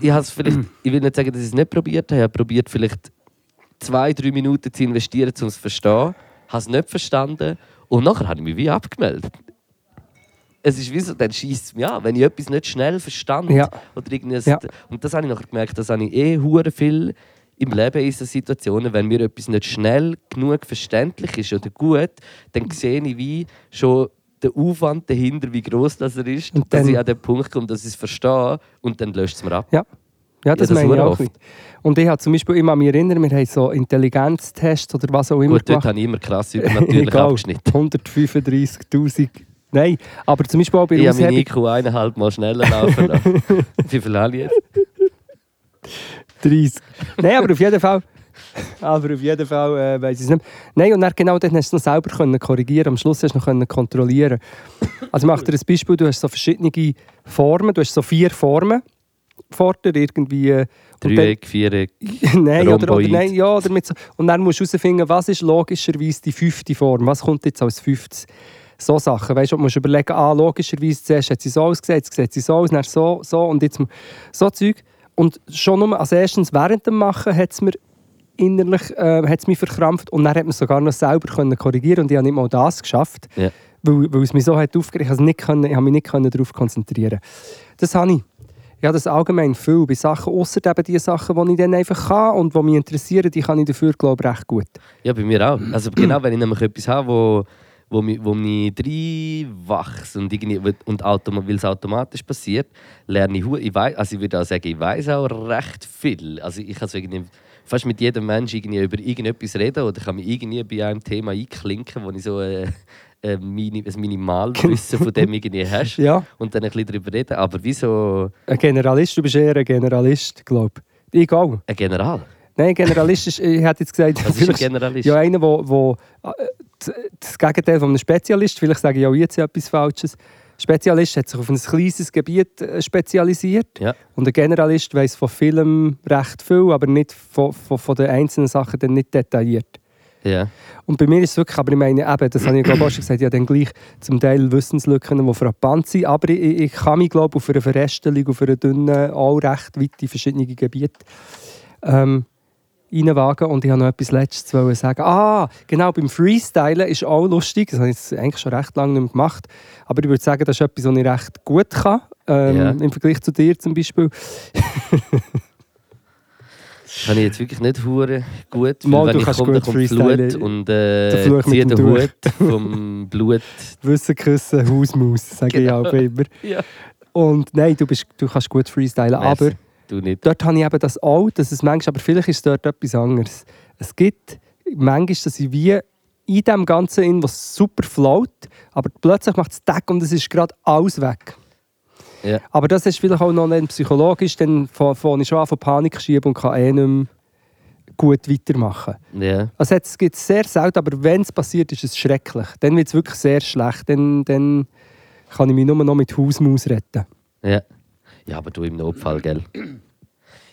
C: ich, hab's vielleicht, ich will nicht sagen, dass ich es nicht probiert habe. Ich habe probiert, vielleicht zwei, drei Minuten zu investieren, um es zu verstehen. Ich habe es nicht verstanden. Und nachher habe ich mich wie abgemeldet. Es ist wie so, dann schießt es mich an. Wenn ich etwas nicht schnell verstand
B: Ja.
C: oder irgendwas.
B: Ja.
C: Und das habe ich nachher gemerkt, das habe ich eh hure viel im Leben in so Situationen, wenn mir etwas nicht schnell genug verständlich ist oder gut, dann sehe ich wie schon den Aufwand dahinter, wie groß das er ist,
B: Und
C: dass
B: dann-
C: ich an den Punkt komme, dass ich es verstehe und dann löscht es mir ab.
B: Ja. Ja, das,
C: das
B: meine ich
C: sehr
B: auch.
C: oft.
B: ein bisschen. Und ich habe zum Beispiel immer mich erinnern, wir haben so Intelligenztests oder was auch immer
C: Gut, dort
B: gemacht.
C: habe ich immer krass übernatürlich
B: Egal,
C: abgeschnitten.
B: 135'000. Nein, aber zum Beispiel auch bei
C: Ich
B: der
C: habe meine
B: Aushebung
C: IQ eineinhalb Mal schneller laufen lassen. Wie viel habe ich jetzt?
B: 30. Nein, aber auf jeden Fall. Aber auf jeden Fall äh, weiß ich es nicht. Nein, und dann genau dann hast du es noch selber können korrigieren. Am Schluss hast du noch können kontrollieren. Also mach dir ein Beispiel, du hast so verschiedene Formen, du hast so vier Formen vor dir irgendwie. äh, und dann-
C: Dreieck, Viereck.
B: nein, oder, oder
C: Rhomboid.
B: nein, ja, oder mit so, und dann musst du herausfinden, was ist logischerweise die fünfte Form, was kommt jetzt als fünftes. So Sachen, weißt du, du musst überlegen, ah, logischerweise, zuerst hat sie so ausgesehen, jetzt sieht sie so aus, dann so, so und jetzt mu- so Zeug. Und schon nur, also erstens während dem Machen hat es mir innerlich äh, hat's mich verkrampft und dann hat man sogar noch selber können korrigieren und ich habe nicht mal das geschafft,
C: Ja.
B: weil, weil es mich so hat aufgeregt hat, ich konnte mich nicht können darauf konzentrieren. Das habe ich. Ja, das allgemein viel bei Sachen, außer eben die Sachen, die ich dann einfach kann und die mich interessieren, die kann ich dafür, glaube ich, recht gut.
C: Ja, bei mir auch. Also genau, wenn ich nämlich etwas habe, wo, wo, mi- wo mich reinwachs und, irgendwie- und automa weil es automatisch passiert, lerne ich, hu- ich weiß, also ich würde auch sagen, ich weiß auch recht viel. Also ich kann so irgendwie fast mit jedem Menschen irgendwie über irgendetwas reden oder kann mich irgendwie bei einem Thema einklinken, wo ich so äh, äh, mini, ein Minimalwissen von dem irgendwie hast
B: Ja.
C: und dann ein bisschen darüber reden. Aber wie so
B: Ein Generalist, du bist eher ein Generalist, glaube ich. Ich auch.
C: ein General.
B: Nein, Generalist ist, ich hätte jetzt gesagt,
C: Was ist ein Generalist?
B: ja einer, wo, wo äh, d- das Gegenteil von einem Spezialist, vielleicht sage ich auch jetzt etwas Falsches. Spezialist hat sich auf ein kleines Gebiet äh, spezialisiert
C: Ja.
B: und ein Generalist weiß von Film recht viel, aber nicht von, von, von den einzelnen Sachen dann nicht detailliert.
C: Ja.
B: Und bei mir ist es wirklich, aber ich meine, eben, das habe ich glaube ich, auch schon gesagt, ja, dann gleich zum Teil Wissenslücken, die frappant sind, aber ich, ich ich kann mich, glaube ich, auf einer Verästelung, auf einer dünnen, auch recht weit in verschiedene Gebiete ähm, reinwagen. Und ich habe noch etwas Letztes wollen sagen. Ah, genau, beim Freestylen ist auch lustig, das habe ich jetzt eigentlich schon recht lange nicht mehr gemacht, aber ich würde sagen, das ist etwas, was ich recht gut kann, ähm,
C: Ja.
B: im Vergleich zu dir zum Beispiel.
C: Kann ich jetzt wirklich nicht hure gut.
B: Mal, du
C: weil wenn ich
B: kannst
C: komme, dann
B: gut
C: kommt Blut
B: freestylen.
C: und
B: Der
C: äh,
B: Fluch mit
C: ziehe
B: dem
C: den
B: Tuch.
C: Hut vom Blut.
B: Wissen, Küssen, Hausmaus, sage ich auch immer.
C: Genau. Ja.
B: Und nein, du, bist, du kannst gut freestylen,
C: Merci.
B: aber...
C: du nicht.
B: dort habe ich eben das auch, dass es manchmal, aber vielleicht ist es dort etwas anderes. Es gibt manchmal, dass ich wie in dem Ganzen in was super float, aber plötzlich macht es Deck und es ist gerade alles weg.
C: Ja.
B: Aber das ist vielleicht auch noch nicht psychologisch, dann fange ich schon an von Panik zu schieben und kann eh nicht mehr gut weitermachen.
C: Ja.
B: Also jetzt gibt es sehr selten, aber wenn es passiert, ist es schrecklich. Dann wird es wirklich sehr schlecht. Dann, dann kann ich mich nur noch mit Hausmaus retten.
C: Ja. ja, aber du im Notfall, gell? Ich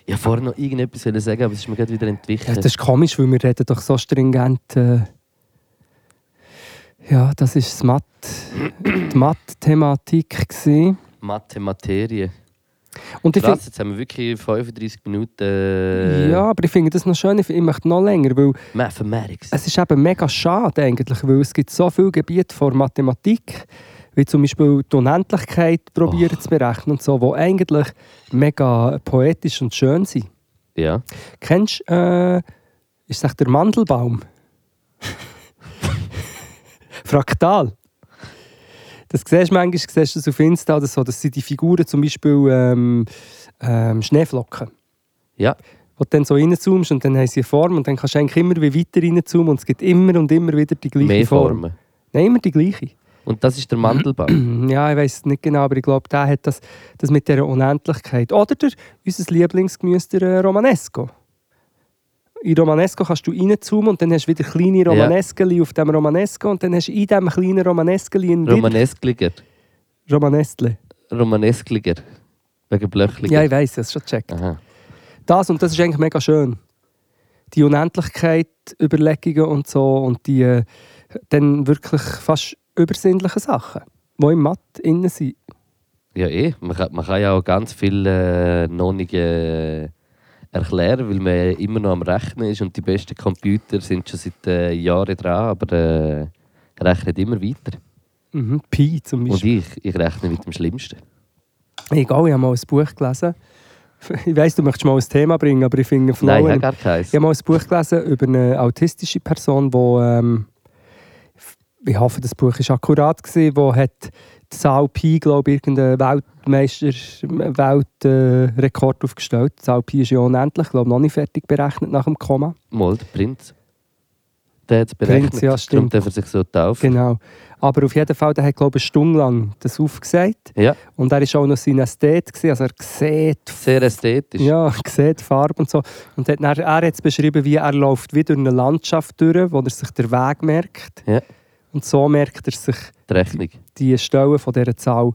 C: wollte vorher noch irgendetwas wollen sagen, aber es ist mir gerade wieder
B: Ja,
C: entwichen.
B: das ist komisch, weil wir reden doch so stringent. Äh, ja, das ist das Mat die Mathe-Thematik. gewesen.
C: Mathe, Materie.
B: Und ich
C: Krass, jetzt haben wir wirklich 35 Minuten
B: finde,
C: äh,
B: ja, aber ich finde das noch schön, ich, ich möchte noch länger, weil
C: Mathematics.
B: es ist eben mega schade eigentlich, weil es gibt so viele Gebiete von Mathematik, wie zum Beispiel die Unendlichkeit probieren zu berechnen und so, wo eigentlich mega poetisch und schön sind.
C: ja.
B: Kennst du, äh, ist das der Mandelbaum? Fraktal. Das siehst du manchmal siehst du das auf Insta oder so. Das sind die Figuren, zum Beispiel ähm, ähm, Schneeflocken.
C: ja.
B: Wo du dann so reinzoomst und dann haben sie eine Form und dann kannst du eigentlich immer wie weiter reinzoomen und es gibt immer und immer wieder die gleiche
C: Mehr
B: Form.
C: Formen.
B: Nein, immer die gleiche. Mhm,
C: Und das ist der Mandelbaum.
B: Ja, ich weiß es nicht genau, aber ich glaube, der hat das, das mit dieser Unendlichkeit. Oder der, unser Lieblingsgemüse, der äh, Romanesco. In Romanesco kannst du reinzoomen und dann hast du wieder kleine Romaneskeli auf dem Romanesco und dann hast du in diesem kleinen Romaneskeli ein Bild-
C: Romaneskliger.
B: Romanestle.
C: Romaneskliger. Wegen Blöchliger.
B: Ja, ich weiß, das schon checkt.
C: Aha.
B: Das und das ist eigentlich mega schön. Die Unendlichkeit, Überlegungen und so und die äh, dann wirklich fast übersinnlichen Sachen, die im Matt innen sind.
C: Ja, eh. Man kann, man kann ja auch ganz viel äh, noch nicht äh, erklären, weil man ja immer noch am Rechnen ist und die besten Computer sind schon seit äh, Jahren dran, aber äh, rechnen immer weiter.
B: Mhm, Pi zum Beispiel.
C: Und ich, ich rechne mit dem Schlimmsten.
B: Egal, ich habe mal ein Buch gelesen. Ich weiss, du möchtest mal ein Thema bringen, aber ich finde Flow.
C: Nein, ich habe
B: ich
C: gar keins.
B: habe mal ein Buch gelesen über eine autistische Person, die. Ähm, ich hoffe, das Buch war akkurat, gewesen, wo hat die Zahl Pi, glaube ich, irgendeinen Weltmeister, Weltrekord aufgestellt. Die Zahl Pi ist ja unendlich, glaube noch nicht fertig berechnet nach dem Komma.
C: Mal, der Prinz. Der hat es berechnet.
B: Prinz, ja,
C: Darum
B: stimmt.
C: darf er sich so taufen.
B: Genau. Aber auf jeden Fall, der hat, glaube ich, eine Stunde lang das aufgesagt.
C: Ja,
B: Und er war auch noch Synästhet, gewesen, also er sieht
C: sehr ästhetisch.
B: Ja, sieht die Farbe und so. Und hat dann, er hat es beschrieben, wie er läuft wie durch eine Landschaft durch, wo er sich den Weg merkt.
C: Ja.
B: Und so merkt er sich
C: Die Rechnung.
B: die Stellen von dieser Zahl.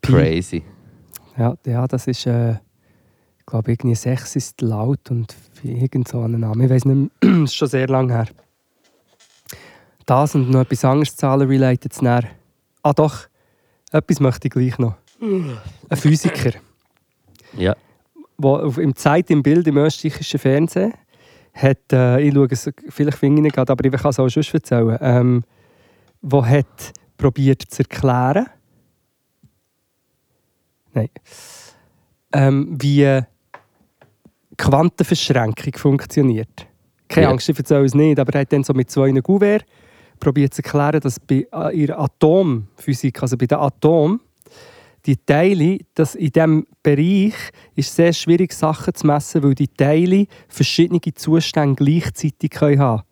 B: Pi.
C: Crazy.
B: Ja, ja das ist, äh, ich glaube, irgendwie 6 ist laut und irgend so einen Namen. Ich weiß nicht mehr, das ist schon sehr lange her. Das und noch etwas anderes Zahlen-related zu näher. Ah doch, etwas möchte ich gleich noch. Ein Physiker.
C: Ja.
B: wo auf, im Zeit im Bild im österreichischen Fernsehen hat, äh, ich schaue es, vielleicht finde ich ihn gerade, aber ich kann es auch sonst erzählen, ähm, wo hat probiert zu erklären, nein, ähm, wie Quantenverschränkung funktioniert. Keine
C: Ja.
B: Angst, ich erzähle es nicht, aber er hat dann so mit zwei Gouverne probiert zu erklären, dass bei äh, ihrer Atomphysik, also bei den Atomen, die Teile, dass in diesem Bereich ist sehr schwierig, Sachen zu messen, weil die Teile verschiedene Zustände gleichzeitig können haben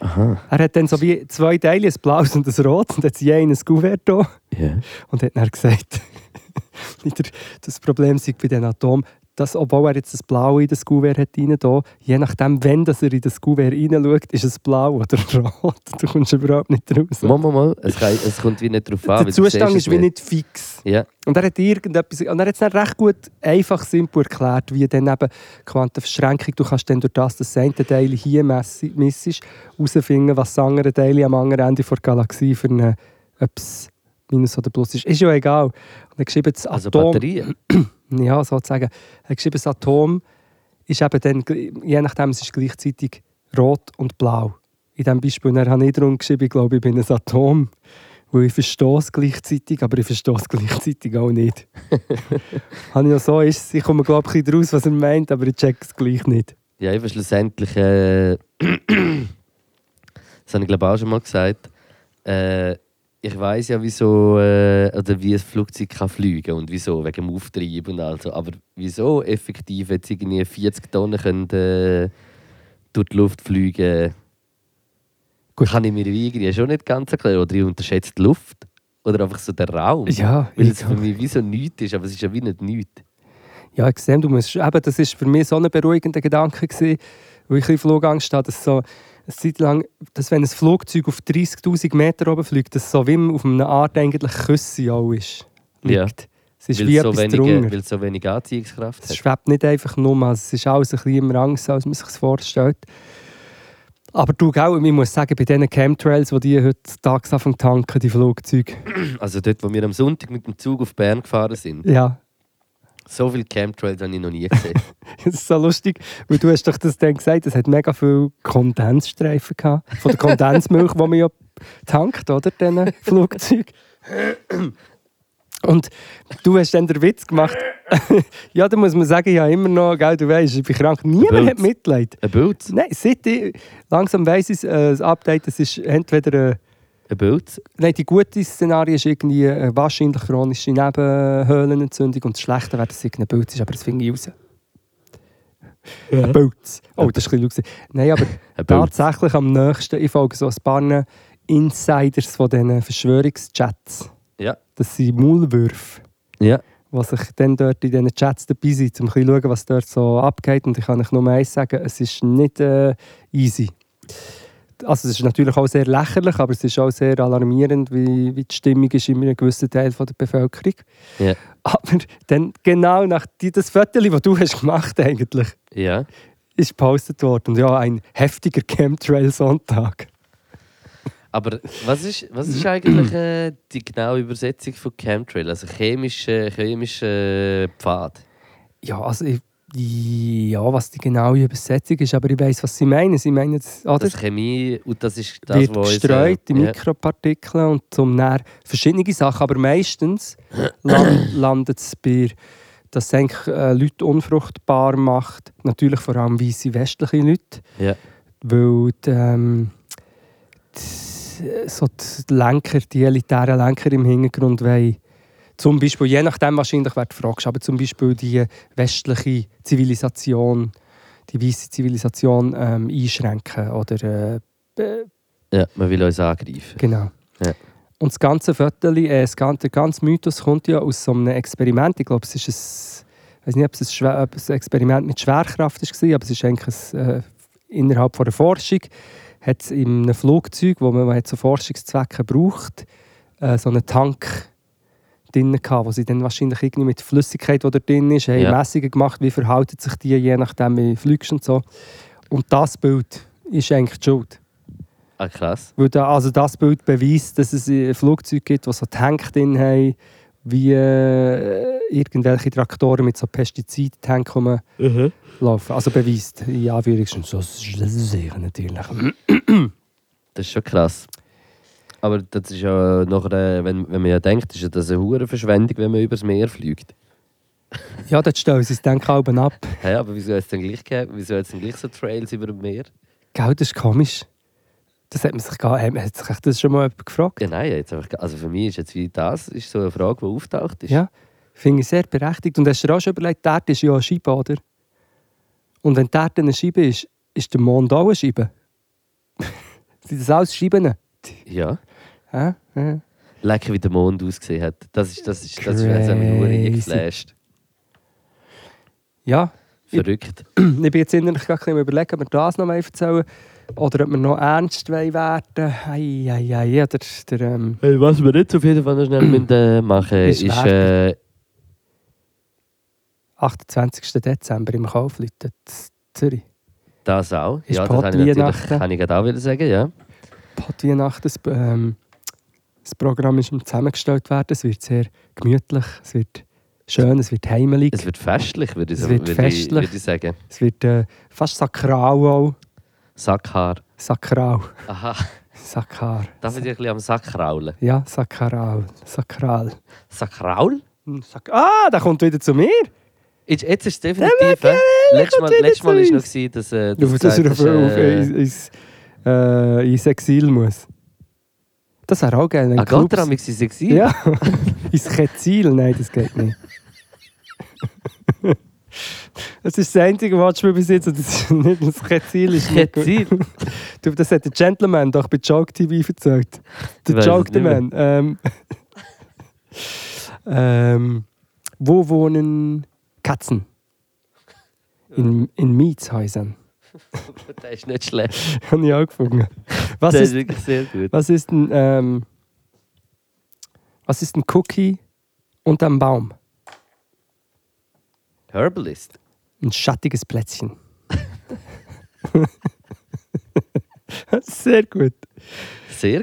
B: Aha. Er hat dann so wie zwei Teile, ein blaues und ein rotes, und hat je ein Gouverne da
C: Ja.
B: und hat dann gesagt, wieder das Problem sei bei den Atom, dass obwohl er jetzt das Blaue in das Gouverne hat rein, da, je nachdem, wenn das er in das Gouverne reinschaut, ist es blau oder rot. Du kommst überhaupt nicht raus.
C: Mal, mal, mal. Es, kann, es kommt wie nicht drauf an. weil
B: Der
C: du
B: Zustand
C: siehst
B: ist
C: es
B: wie nicht fix.
C: Ja.
B: Und er hat irgendetwas, und er hat es dann recht gut, einfach, simpel erklärt, wie dann eben Quantenverschränkung, du kannst dann durch das, dass das eine Teil hier messi- misst, herausfinden, was das andere Teil am anderen Ende der Galaxie für eine, ob es Minus oder Plus ist. Ist ja egal. Und er hat geschrieben, das
C: Also
B: Atom,
C: Batterien.
B: ja, sozusagen, er hat geschrieben, das Atom ist eben dann, gl- je nachdem, es ist gleichzeitig rot und blau. In diesem Beispiel, und er hat nicht darum geschrieben, ich glaube, ich bin ein Atom, weil ich verstehe es gleichzeitig, aber ich verstehe es gleichzeitig auch nicht. Habe ich noch so, ist es. ich komme, glaube ich, ein bisschen raus, was er meint, aber ich check es gleich nicht.
C: Ja, eben schlussendlich. Äh, das habe ich glaube auch schon mal gesagt. Äh, ich weiß ja, wieso äh, oder wie ein Flugzeug kann fliegen und wieso wegen dem Auftrieb und also. Aber wieso effektiv jetzt irgendwie 40 Tonnen können, äh, durch die Luft fliegen? Gut. Kann ich mir irgendwie schon nicht ganz erklären. Oder ich unterschätze die Luft oder einfach so den Raum.
B: Ja,
C: Weil
B: ich,
C: es für mich wie so nichts ist, aber es ist ja wie nicht nichts.
B: ja ich sehe, du musst, eben, das war für mich so ein beruhigender Gedanke, gewesen, weil ich ein bisschen Flugangst hatte, dass so eine Zeit lang, dass wenn ein Flugzeug auf 30'000 Meter oben fliegt, dass so wie auf einer Art eigentlich Küsse auch ist. Liegt.
C: Ja.
B: Es ist
C: Weil
B: wie
C: es so
B: etwas
C: wenig,
B: drunter.
C: weil es so wenig Anziehungskraft
B: Es
C: hat.
B: schwebt nicht einfach nur, also es ist alles ein bisschen im Rang, als man sich es vorstellt. Aber du, gell, ich muss sagen, bei diesen Chemtrails, die die heutzutage anfangen zu tanken, die Flugzeuge,
C: Also dort, wo wir am Sonntag mit dem Zug auf Bern gefahren sind,
B: ja,
C: so viele Chemtrails habe ich noch nie gesehen.
B: das ist so lustig, weil du hast doch das dann gesagt, es hat mega viel Kondensstreifen gehabt, von der Kondensmilch, die man ja tankt, oder, diesen Flugzeug. Und du hast dann den Witz gemacht. ja, da muss man sagen, ja immer noch, gell, du weißt, ich bin krank. Niemand hat
C: Blöd.
B: Mitleid.
C: Ein Pilz,
B: Nein, seit ich langsam weiss ich, äh, das Update, das ist entweder... Äh,
C: ein Pilz.
B: Nein, die gute Szenarie ist irgendwie äh, wahrscheinlich chronische Nebenhöhlenentzündung und das schlechte wäre, dass es irgendein Pilz ist, aber das finde ich raus. Ein Pilz. Oh, das ist ein bisschen laut. Nein, aber
C: Ein Pilz.
B: tatsächlich am nächsten, ich folge so ein paar Insiders von diesen Verschwörungschats.
C: Ja,
B: Das sind Maulwürfe,
C: ja.
B: die sich dann dort in diesen Chats dabei sind, um ein bisschen zu schauen, was dort so abgeht. Und ich kann euch nur eins sagen, es ist nicht äh, easy. Also es ist natürlich auch sehr lächerlich, aber es ist auch sehr alarmierend, wie, wie die Stimmung ist in einem gewissen Teil von der Bevölkerung.
C: Ja.
B: Aber dann genau nach die, das Foto, das du hast gemacht eigentlich,
C: Ja.
B: ist gepostet worden. Und ja, ein heftiger Chemtrail-Sonntag.
C: Aber was ist, was ist eigentlich äh, die genaue Übersetzung von Chemtrail? Also chemischer chemische Pfad.
B: Ja, also ich, ja, was die genaue Übersetzung ist, aber ich weiß, was sie meinen. Sie meinen, das- oder?
C: Das ist Also Chemie und das ist das,
B: wird
C: was uns, äh,
B: gestreut in
C: ja.
B: Mikropartikel und zum Nähr verschiedene Sachen, aber meistens lan- landet es bei, dass es eigentlich, äh, Leute unfruchtbar macht. Natürlich vor allem weiße westliche Leute,
C: Ja.
B: weil die, ähm, die, äh, so die Lenker, die elitären Lenker im Hintergrund wollen, zum Beispiel, je nachdem wahrscheinlich, wer du fragst, aber zum Beispiel die westliche Zivilisation, die weiße Zivilisation ähm, einschränken oder äh, be-
C: ja, man will uns angreifen.
B: Genau.
C: Ja.
B: Und das ganze Viertel, äh, das ganze, der ganze Mythos kommt ja aus so einem Experiment. Ich glaube, es ist ein, ich weiß nicht, ob es ein, Schwer- ob es ein Experiment mit Schwerkraft war, aber es ist eigentlich ein, äh, innerhalb von der Forschung hat es in einem Flugzeug, wo man zu Forschungszwecken braucht, äh, so einen Tank drin gehabt, wo sie dann wahrscheinlich irgendwie mit Flüssigkeit, die da drin ist, haben
C: Ja.
B: Messungen gemacht, wie verhalten sich die, je nachdem wie du fliegst und so. Und das Bild ist eigentlich die Schuld.
C: Ah, krass.
B: Weil da, also das Bild beweist, dass es äh, Flugzeuge gibt, die so Tanks drin haben, wie äh, irgendwelche Traktoren mit so Pestizidtanks rumlaufen. Also beweist, in Anführungsstrichen. So, Das ist das ist sicher natürlich.
C: Das ist schon krass. Aber das ist ja nachher, äh, wenn, wenn man ja denkt, ist ja das eine hure Verschwendung, wenn man übers Meer fliegt.
B: Ja, dort stellen sie es dann kaum ab.
C: Hä, aber wieso hat es denn gleich gegeben? Wieso hat es denn gleich so Trails über dem Meer?
B: Gell, das ist komisch. Das hat man sich gar hat hat sich das schon mal jemand gefragt.
C: Ja, nein, jetzt einfach, also für mich ist jetzt wie das ist so eine Frage, die auftaucht ist.
B: Ja, finde ich sehr berechtigt. Und hast du dir auch schon überlegt, die Erde ist ja eine Scheibe, oder? Und wenn die Erde eine Scheibe ist, ist der Mond auch eine Scheibe? Sind das alles Scheiben?
C: ja.
B: Hä? Hä?
C: Lecker, wie der Mond ausgesehen hat. Das ist, das ist, das ist, das hat
B: Crazy.
C: mich hure geflasht.
B: Ja,
C: Verrückt.
B: ich bin jetzt innerlich gerade ein bisschen am überlegen, ob wir das noch mal erzählen oder ob wir noch ernst wollen werden. Ei, ei, ei, ja, der, der, ähm,
C: Hey, was wir jetzt auf jeden Fall noch schnell müssen, äh, machen
B: Ist
C: ist, äh,
B: 28. Dezember im Kaufleuten in Zürich.
C: das auch.
B: Ist
C: ja, das kann ich natürlich
B: Pottweihnachten.
C: kann ich gerade auch wieder sagen, ja.
B: Pottweihnachten, das, ähm, das Programm ist am zusammengestellt werden. Es wird sehr gemütlich, es wird schön, es wird heimelig,
C: Es wird festlich, würde ich,
B: Es wird
C: würde ich,
B: festlich.
C: würde ich sagen.
B: es wird äh, fast sakral auch.
C: Sackhaar.
B: Sakral.
C: Aha,
B: Sakar.
C: darf ich dich ein bisschen am Sack kraulen?
B: Ja, sakaral. Sakral.
C: Sackraul?
B: Hm, Sak ah, da kommt wieder zu mir.
C: Jetzt, jetzt ist es definitiv.
B: Machiavelli
C: hä? Letztes
B: kommt
C: Mal,
B: wieder
C: letztes Mal
B: zu
C: ist noch,
B: uns.
C: gewesen, dass, äh,
B: Auf, dass er
C: gesagt
B: auf,
C: hast,
B: auf,
C: äh,
B: ins, ins, äh, ins Exil muss. Das wäre auch geil. wenn
C: Ah, Gott,
B: Clubs-
C: daran war es sexy.
B: Ja, ins Exil. Nein, das geht nicht. Das ist das einzige Wortspiel bis jetzt. und Das ist nicht das Ketzil. Ist nicht gut.
C: Ketzil.
B: Du, Das hat der Gentleman doch bei Joke TV erzählt. Der
C: weiß es
B: Joke the
C: nicht mehr.
B: Man. Ähm, ähm, wo wohnen Katzen? In, in Mietshäusern.
C: Das ist nicht schlecht.
B: Habe ich auch gefunden. Was
C: Das ist
B: ist,
C: wirklich sehr gut.
B: was ist ein, ähm, was ist ein Cookie unterm Baum?
C: Herbalist.
B: Ein schattiges Plätzchen. Sehr gut.
C: Sehr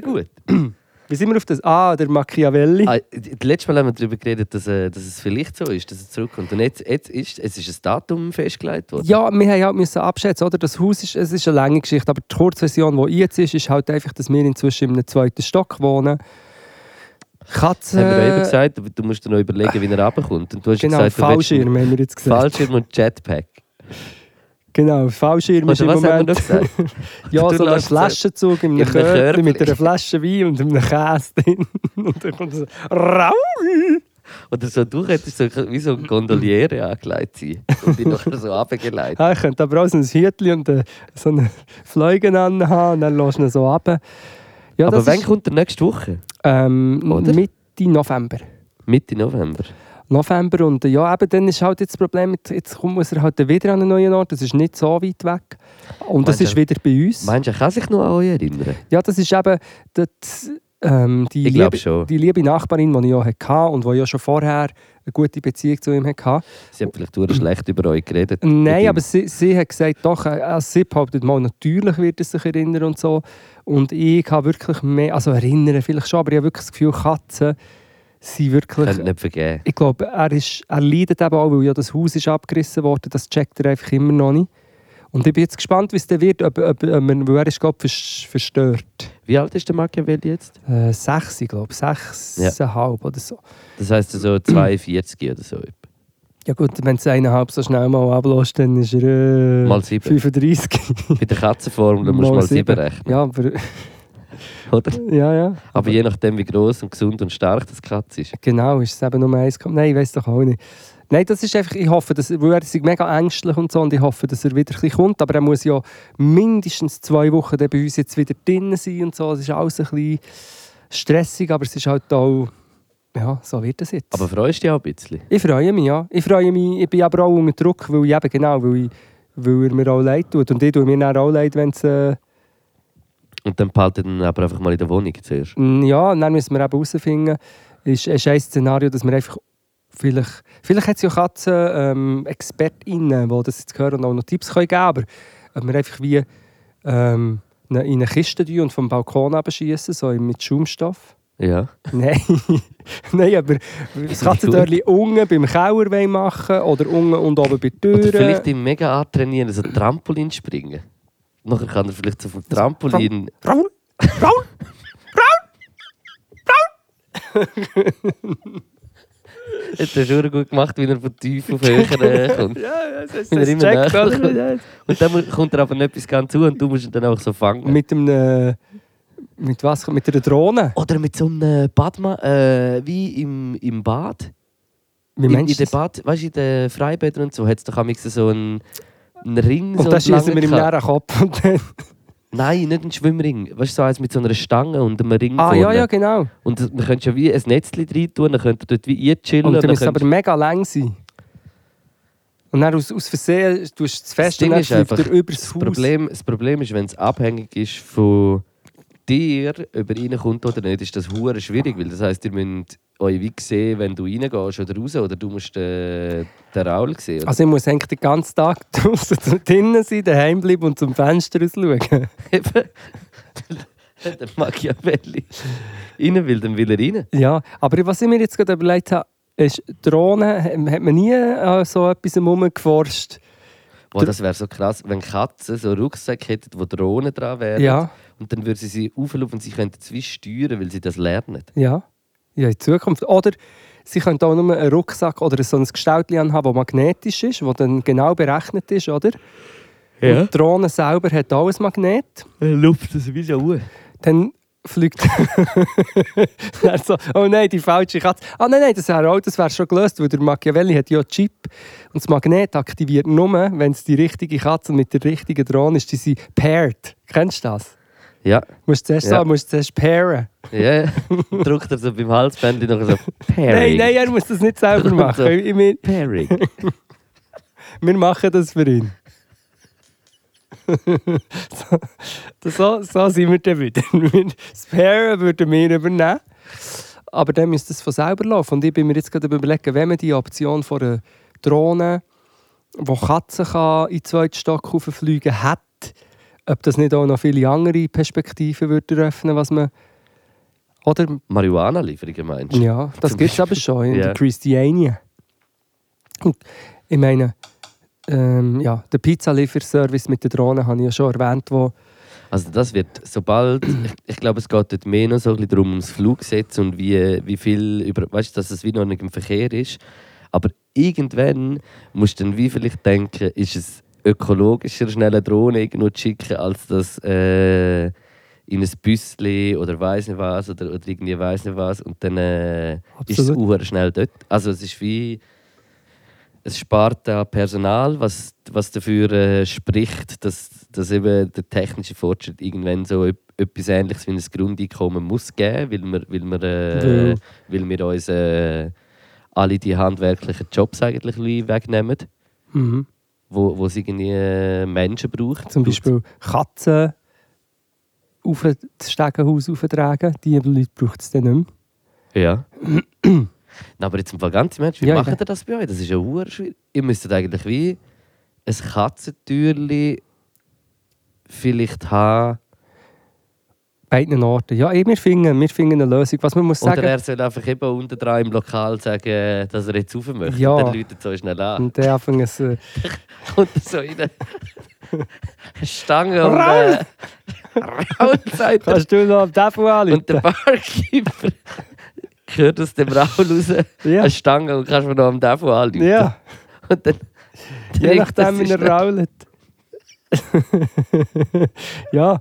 C: gut.
B: Wie sind wir auf das? Ah, der Machiavelli.
C: Ah, d- d- letztes Mal haben wir darüber geredet, dass, äh, dass es vielleicht so ist, dass es zurückkommt. Und jetzt, jetzt ist es ist ein Datum festgelegt worden.
B: Ja, wir haben halt müssen abschätzen, oder? Das Haus ist, es ist eine lange Geschichte, aber die Kurzversion, die jetzt ist, ist halt einfach, dass wir inzwischen in einem zweiten Stock wohnen. Katzen.
C: Das haben wir auch eben gesagt, aber du musst dir noch überlegen, wie er runterkommt. Und du hast ja
B: äh, Genau,
C: gesagt, du willst einen
B: Fallschirm haben wir jetzt gesagt.
C: Fallschirm und Jetpack.
B: Genau, Fallschirm ist
C: Oder
B: im
C: was haben wir
B: Moment.
C: noch gesagt?
B: ja,
C: Du
B: so ein
C: lässt es-
B: Flaschenzug in einem
C: in einem
B: Körbchen
C: Körbchen.
B: mit einer Flasche Wein und einem Käse drin. Und dann kommt so Raul!
C: Oder so, du hättest so, wie so ein Gondoliere angelegt sein und dich nachher so runtergeleitet.
B: Ja, ich könnte aber auch so ein Hütchen und äh, so eine Fleugen anhaben und dann lässt du ihn so runter. Ja,
C: Aber
B: das
C: wann
B: ist,
C: kommt der nächste Woche?
B: ähm,
C: Oder?
B: Mitte November.
C: Mitte November.
B: November und äh, ja, eben dann ist halt jetzt das Problem, mit- jetzt kommt, muss er halt dann wieder an einen neuen Ort, das ist nicht so weit weg. Und das
C: Meinst
B: ist
C: du-
B: wieder bei uns.
C: Meinst du, er kann sich noch an euch erinnern?
B: Ja, das ist eben das, ähm, die,
C: Ich glaub
B: liebe,
C: schon.
B: die liebe Nachbarin, die ich auch hatte und die ja schon vorher eine gute Beziehung zu ihm hatte.
C: Sie haben vielleicht durch schlecht über euch geredet. Mit
B: Nein,
C: ihm.
B: aber sie, sie hat gesagt, doch, äh, äh, sie behauptet mal, natürlich wird er sich erinnern und so. Und ich habe wirklich mehr, also erinnern vielleicht schon, aber ich habe wirklich das Gefühl, Katzen sind wirklich...
C: Könnt nicht vergeben.
B: Ich glaube, er, ist, er leidet eben auch, weil ja das Haus ist abgerissen worden. Das checkt er einfach immer noch nicht. Und ich bin jetzt gespannt, wie es dann wird, ob, ob, ob, man- weil er ist, glaube ich, verstört.
C: Wie alt ist der Machiavelli jetzt?
B: Äh, sechs, ich glaube, sechseinhalb oder so.
C: Das heisst so 42 oder so. etwa.
B: Ja gut, wenn es eineinhalb so schnell mal ablässt, dann ist er äh,
C: Mal sieben.
B: 35.
C: Bei der Katzenformel musst du mal 7 rechnen,
B: Ja, aber,
C: oder?
B: ja, ja.
C: Aber je nachdem, wie groß und gesund und stark das Katz ist.
B: Genau, ist es eben nur eins. gekommen. Nein, ich weiß doch auch nicht. Nein, das ist einfach, ich hoffe, dass, weil er ist mega ängstlich und so und ich hoffe, dass er wieder ein bisschen kommt, aber er muss ja mindestens zwei Wochen dann bei uns jetzt wieder drinnen sein und so. Es ist alles ein bisschen stressig, aber es ist halt auch, ja, so wird es jetzt.
C: Aber freust du dich auch ein bisschen?
B: Ich freue mich, ja. Ich freue mich, ich bin aber auch unter Druck, weil ich eben genau, weil, ich, weil er mir auch leid tut. Und ich tue mir dann auch leid, wenn es, äh,
C: Und dann behaltet ihn aber einfach mal in der Wohnung zuerst.
B: n- ja, dann müssen wir eben herausfinden, ist ist ein Szenario, dass wir einfach vielleicht, vielleicht hat es ja Katzen, ähm, ExpertInnen, die das jetzt hören und auch noch Tipps können geben können, aber ob wir einfach wie ähm, in eine- in eine Kiste tun und vom Balkon abschießen, so mit Schaumstoff.
C: Ja.
B: Nein, Nein aber das Katzendörrchen unten beim Keller wollen machen oder unten und oben bei der Tür.
C: Oder vielleicht ihn mega antrainieren, so Trampolin springen. Nachher kann er vielleicht so vom Trampolin.
B: Raul! Raul!
C: Hat er schon gut gemacht, wie er von tief auf höher äh, kommt.
B: Ja, das ist
C: Wenn er immer näher kommt.
B: oder?
C: Und dann mu- kommt er aber nicht bis ganz zu und du musst ihn dann auch so fangen.
B: Mit einem. äh, Mit was? Mit einer Drohne?
C: Oder mit so einem Badma, äh, wie im, im Bad.
B: Wie
C: in, in
B: meinst du?
C: der
B: das?
C: Bad, weißt du, in den Freibädern und so, hat es doch manchmal so einen, einen Ring.
B: Und
C: so
B: dann
C: einen
B: schießen wir ihm
C: langen gehabt.
B: näher Kopf und dann.
C: Nein, nicht einen Schwimmring. Weißt du, so eins mit so einer Stange und einem Ring
B: Ah,
C: vorne.
B: ja, ja, genau.
C: Und das- man könnte schon wie ein Netzchen rein tun, dann könnt ihr dort wie einchillen.
B: Und dann
C: dann
B: müssen
C: könnt-
B: aber mega lang sein. Und dann aus, aus Versehen tust du es
C: das
B: fest und
C: Ding
B: dann
C: ist
B: fliegt
C: einfach,
B: er übers
C: das,
B: Haus.
C: Problem, das Problem ist, wenn es abhängig ist von dir, ob er reinkommt oder nicht, ist das hure schwierig, weil das heisst, ihr müsst euch wie sehen, wenn du reingehst oder raus, oder du musst äh, den Raul sehen.
B: Also ich muss eigentlich den ganzen Tag draußen drinnen sein, daheim bleiben und zum Fenster rausschauen.
C: Also, Eben. der Machiavelli. Rein will, dann will er rein.
B: Ja, aber was ich mir jetzt gerade überlegt habe, ist, Drohnen, ähm, hat hat man nie an so etwas herumgeforscht?
C: Boah, das wäre so krass, wenn Katzen so Rucksäcke hätten, wo Drohnen dran wären.
B: Ja.
C: Und dann würden sie sie auflaufen und sie könnten es wie steuern, weil sie das lernen.
B: Ja, ja in Zukunft. Oder sie können auch nur einen Rucksack oder so ein Gestell anhaben, das magnetisch ist, das dann genau berechnet ist, oder?
C: Ja.
B: Und die Drohne selber hat auch ein Magnet.
C: Äh, Luft das wie so hoch.
B: Dann fliegt Dann so, oh nein, die falsche Katze. Ah nein, nein, das wäre auch, das wäre schon gelöst, weil der Machiavelli hat ja einen Chip und das Magnet aktiviert nur, wenn es die richtige Katze mit der richtigen Drohne ist, die sind paired. Kennst du das?
C: Ja.
B: Musst du zuerst
C: Ja.
B: sagen, musst du zuerst pairen.
C: ja. Und Drückt er so beim Halsbändchen noch so
B: Nein,
C: Pairing. Also.
B: nein, er muss das nicht selber machen.
C: So.
B: Ich meine,
C: Pairing.
B: Wir machen das für ihn. so, das- so, so sind wir dann wieder. Wir- Das Pair würden wir übernehmen. Aber dann müsste es von selber laufen. Und ich bin mir jetzt gerade am überlegen, wenn man die Option von einer Drohne, die Katzen kann, in den zweiten Stock rauffliegen hat, ob das nicht auch noch viele andere Perspektiven würde eröffnen, was man. Oder?
C: Marihuana-Lieferungen meinst du?
B: Ja, das
C: Zum
B: gibt es
C: Beispiel.
B: aber schon in
C: Ja.
B: der Christiania. Und ich meine, ähm, ja, der Pizzalieferservice mit der Drohne habe ich ja schon erwähnt, wo
C: Also das wird, sobald, ich, ich glaube, es geht dort mehr noch so ein bisschen darum, ums Fluggesetz und wie, wie viel, über, weißt du, dass es wie noch nicht im Verkehr ist. Aber irgendwann musst du dann wie vielleicht denken, ist es ökologischer, schnell eine Drohne irgendwo zu schicken, als das äh, in ein Büssli oder weiß nicht was oder, oder irgendwie weiß nicht was und dann äh, ist es
B: Absolut.
C: uhr schnell dort. Also es ist wie, es spart da Personal, was, was dafür äh, spricht, dass, dass eben der technische Fortschritt irgendwann so et- etwas Ähnliches wie ein Grundeinkommen muss geben, weil wir, weil wir, äh,
B: Weil-
C: weil wir uns äh, alle die handwerklichen Jobs eigentlich wie wegnehmen,
B: mhm.
C: wo, wo es irgendwie äh, Menschen braucht.
B: zum Beispiel Katzen auf das Stegenhaus auftragen, die Leute braucht es dann nicht
C: Ja. Na, aber jetzt im Fall ganz im Ernst, wie
B: Ja,
C: macht
B: ja.
C: ihr das bei euch? Das ist ja hure schwierig. Ihr müsstet eigentlich wie ein Katzentürli vielleicht haben.
B: mehr. Beiden Orten. Ja, eh, wir finden, wir finden eine Lösung. Was man muss
C: Oder
B: sagen,
C: er soll einfach eben unten dran im Lokal sagen, dass er jetzt rauf möchte.
B: Ja. Hm.
C: Dann läutet so schnell an.
B: und der Anfang ist, äh,
C: Und so in eine Stange und äh, Raul sagt er.
B: kannst du noch am Telefon
C: Und der
B: anrufen?
C: Barkeeper hört aus dem Raul raus
B: Ja.
C: eine Stange und kannst mir noch am Telefon anrufen.
B: Ja,
C: Und dann,
B: je nachdem, wie er rault. ja.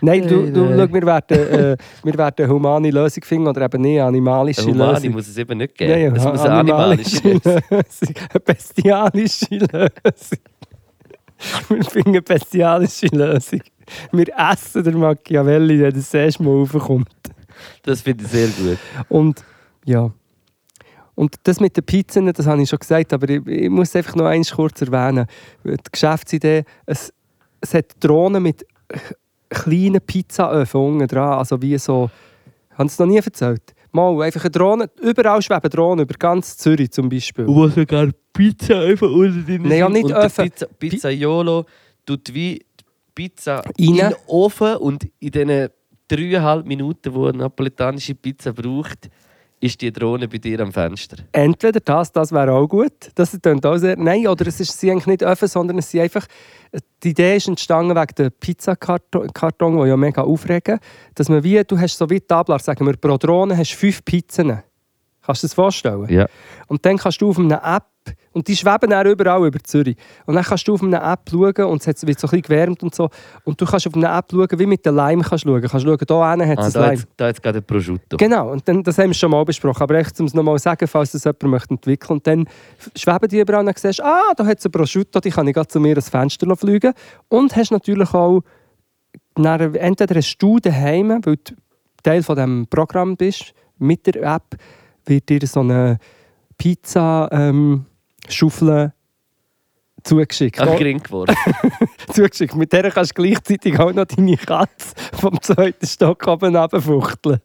B: Nein, du, du,
C: Nein,
B: schau,
C: nein.
B: wir werden, äh, wir werden eine humane Lösung finden oder eben nicht eine animalische
C: Humani
B: Lösung.
C: muss es eben nicht geben.
B: Nein,
C: es
B: ja,
C: muss eine animalische Lösung.
B: Lösung. Eine bestialische Lösung. Wir finden eine bestialische Lösung. Wir essen den Machiavelli, der das erste Mal raufkommt.
C: Das finde ich sehr gut.
B: Und ja. Und das mit den Pizzen, das habe ich schon gesagt, aber ich, ich muss es einfach noch eins kurz erwähnen. Die Geschäftsidee, es, es hat Drohnen mit k- kleinen Pizzaöfen unten dran, also wie so... Haben Sie es noch nie erzählt? Mal, einfach eine Drohne, überall schweben Drohnen, über ganz Zürich zum Beispiel.
C: wo sogar Pizza öffnen unten drin
B: Nein, ja,
C: sind.
B: nicht
C: und der
B: öffnen.
C: Pizza, Pizzaiolo tut wie die Pizza in
B: Rein.
C: den Ofen und in diesen dreieinhalb Minuten, wo eine napolitanische Pizza braucht, ist die Drohne bei dir am Fenster.
B: Entweder das, das wäre auch gut. Das klingt auch sehr... Nein, oder es ist sie eigentlich nicht offen, sondern es sind einfach... Die Idee ist entstanden wegen der Pizzakarton, die ja mega aufregen, dass man wie, du hast so wie Tablar, sagen wir, pro Drohne hast du fünf Pizzen. Kannst du dir das vorstellen?
C: Ja.
B: Und dann kannst du auf einer App, und die schweben dann überall über Zürich, und dann kannst du auf einer App schauen, und es hat- wird so ein bisschen gewärmt und so, und du kannst auf einer App schauen, wie mit dem Leim kannst du schauen. Kannst du schauen, da hinten hat
C: Ah,
B: es
C: da
B: Leim.
C: jetzt, da jetzt gerade ein Prosciutto.
B: Genau, und dann, das haben wir schon mal besprochen. Aber echt, um es nochmal zu sagen, falls das jemand möchte entwickeln möchte, und dann f- schweben die überall und dann siehst du, ah, da hat es einen Prosciutto, die kann ich gerade zu mir ins Fenster lassen fliegen. Und hast natürlich auch, dann, entweder hast du daheim, weil du Teil von diesem Programm bist, mit der App, wird dir so eine Pizza-Schaufel zugeschickt. Oh,
C: Am Gring geworden.
B: zugeschickt. Mit der kannst du gleichzeitig auch noch deine Katze vom zweiten Stock oben runterfuchteln.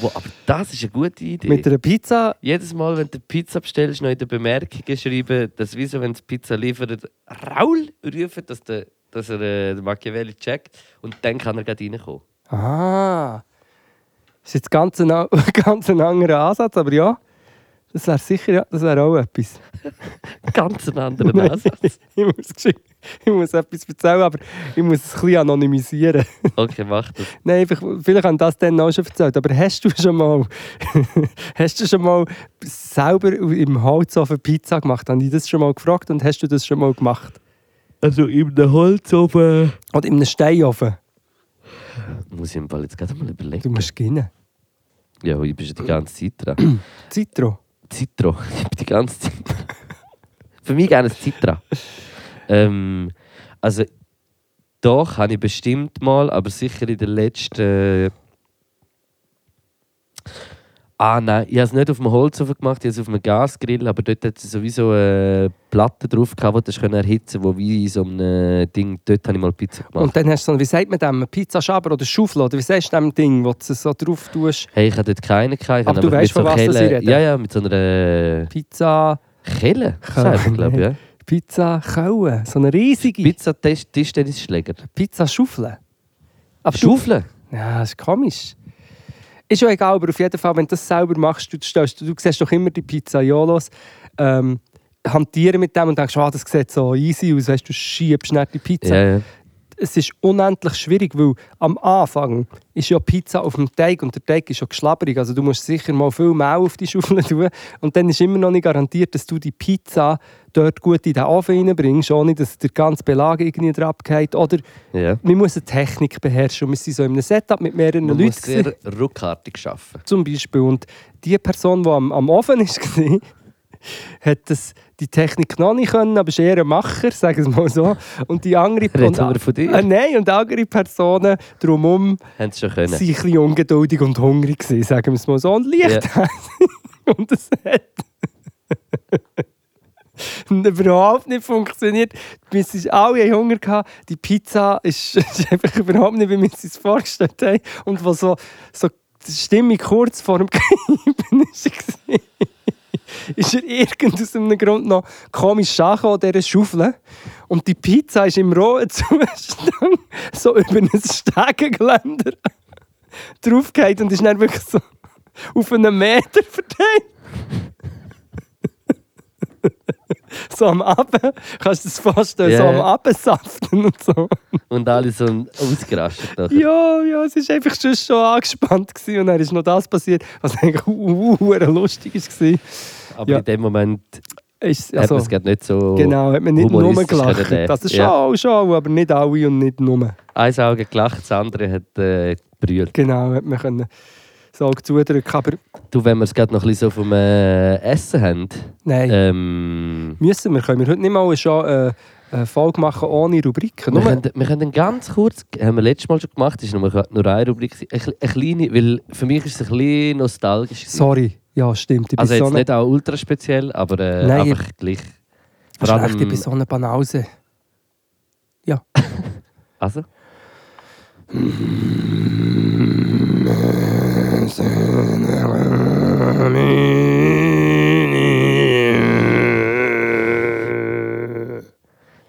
C: wow, aber das ist eine gute Idee.
B: Mit einer Pizza
C: Jedes Mal, wenn du Pizza bestellst, noch in der Bemerkung schreiben, dass wieso, wenn es Pizza liefert, Raul rufen, dass, der, dass er äh, den Machiavelli checkt und dann kann er gerade reinkommen.
B: Ah, das ist jetzt ganz ein, an- ganz ein anderer Ansatz, aber ja, das wäre sicher ja, das wäre auch etwas.
C: Ganz einen anderen Ansatz.
B: ich, muss, geschwind- ich muss etwas erzählen, aber ich muss es ein bisschen anonymisieren.
C: Okay, mach das.
B: Nein, einfach, vielleicht haben das dann auch schon erzählt, aber hast du schon mal, hast du schon mal selber im Holzofen Pizza gemacht? Habe ich das schon mal gefragt und hast du das schon mal gemacht?
C: Also in einem Holzofen.
B: Oder in einem Steinofen?
C: Muss ich im Fall jetzt gerade mal
B: Du
C: überlegen.
B: musst gehen.
C: Ja, ich bin schon die ganze Zeit dran.
B: Zitro.
C: Zitro. Ich bin die ganze Zeit dran. Für mich gerne ein Zitra. Ähm, also, doch, habe ich bestimmt mal, aber sicher in der letzten. äh, Ah nein, ich habe es nicht auf dem Holzofen gemacht, ich habe es auf einem Gasgrill, aber dort hat es sowieso eine Platte drauf gehabt, die du erhitzen konntest, die wie in so einem Ding, dort habe ich mal Pizza gemacht.
B: Und dann hast du so, wie sagt man dem, Pizzaschaber oder Schaufel oder wie sagst du dem Ding, wo du es so drauf tust?
C: Hey, ich habe dort keine gehabt. Ich
B: Aber du
C: habe einfach
B: weißt,
C: mit
B: von was
C: einer
B: das
C: Kelle-
B: ich rede?
C: Ja, ja, mit so einer
B: Pizza,
C: Kelle,
B: Kelle,
C: glaube ich. Ja.
B: Pizza Köln. So eine riesige
C: Pizza-Tischtennisschläger.
B: Pizza Schaufel.
C: Aber Schaufeln?
B: Ja, das ist komisch. Ist ja egal, aber auf jeden Fall, wenn du das selber machst, du, stellst, du siehst doch immer die Pizzaiolos ähm, hantieren mit dem und denkst, ah, das sieht so easy aus, weißt, du schiebst nicht die Pizza.
C: Ja, ja.
B: Es ist unendlich schwierig, weil am Anfang ist ja Pizza auf dem Teig und der Teig ist ja geschlabberig, also du musst sicher mal viel mehr auf die Schaufel tun und dann ist immer noch nicht garantiert, dass du die Pizza dort gut in den Ofen reinbringst, ohne dass der ganze Belag irgendwie drauf geht oder
C: ja.
B: man muss eine Technik beherrschen. Und wir sind so in einem Setup mit mehreren
C: Man muss
B: Leuten.
C: sehr
B: gewesen,
C: ruckartig arbeiten.
B: Zum Beispiel. Und die Person, die am, am Ofen war, hat das, die Technik noch nicht können, aber ist eher ein Macher, sagen wir es mal so. Und die andere
C: Reden
B: und-
C: wir von dir.
B: Ah, nein, und andere Personen drumherum
C: Haben sie schon können.
B: waren ein bisschen ungeduldig und hungrig, gewesen, sagen wir es mal so. Und leicht Und es hat überhaupt nicht funktioniert. Wir sind alle haben Hunger gehabt. Die Pizza ist, ist einfach überhaupt nicht, wie wir uns das vorgestellt haben. Und was so, so die Stimme kurz vor dem Greifen war, ist er irgend aus einem Grund noch komisch Schach an dieser Schaufel. Und die Pizza ist im rohen Zustand so über ein Stegengeländer draufgeht und ist dann wirklich so auf einen Meter verteilt. so am Abend, kannst du dir das vorstellen, so
C: Ja,
B: am
C: ja.
B: Abendsaften und so.
C: Und alle so ausgerastet. nachher.
B: Ja, ja, es war einfach schon, schon angespannt gewesen und dann ist noch das passiert, was eigentlich uh, lustig war.
C: Aber
B: Ja.
C: in dem Moment
B: Ist,
C: hat
B: also,
C: man es gerade nicht so.
B: genau, hat man nicht nur
C: humoristisch können nehmen.
B: gelacht. Also schon,
C: Ja.
B: schon, aber nicht alle und nicht nur.
C: Eins Auge gelacht, das andere hat äh, berührt.
B: Genau, hat man können das Auge zudrücken, aber
C: Du, wenn wir es gerade noch ein bisschen so vom äh, Essen haben.
B: nein.
C: Äh. Ähm,
B: Müssen wir, können wir heute nicht mal schon äh, eine Folge machen ohne Rubriken.
C: wir,
B: Nur,
C: können, wir können ganz kurz, haben wir letztes Mal schon gemacht, ist nur, nur eine Rubrik, gewesen, eine, kle- eine kleine, weil für mich ist es ein bisschen nostalgisch. gewesen.
B: sorry, ja stimmt, ich bin
C: Also
B: so
C: jetzt
B: eine,
C: nicht auch ultra speziell, aber äh,
B: Nein,
C: einfach gleich. Vor allem,
B: schlecht, ich bin so eine Banause.
C: also,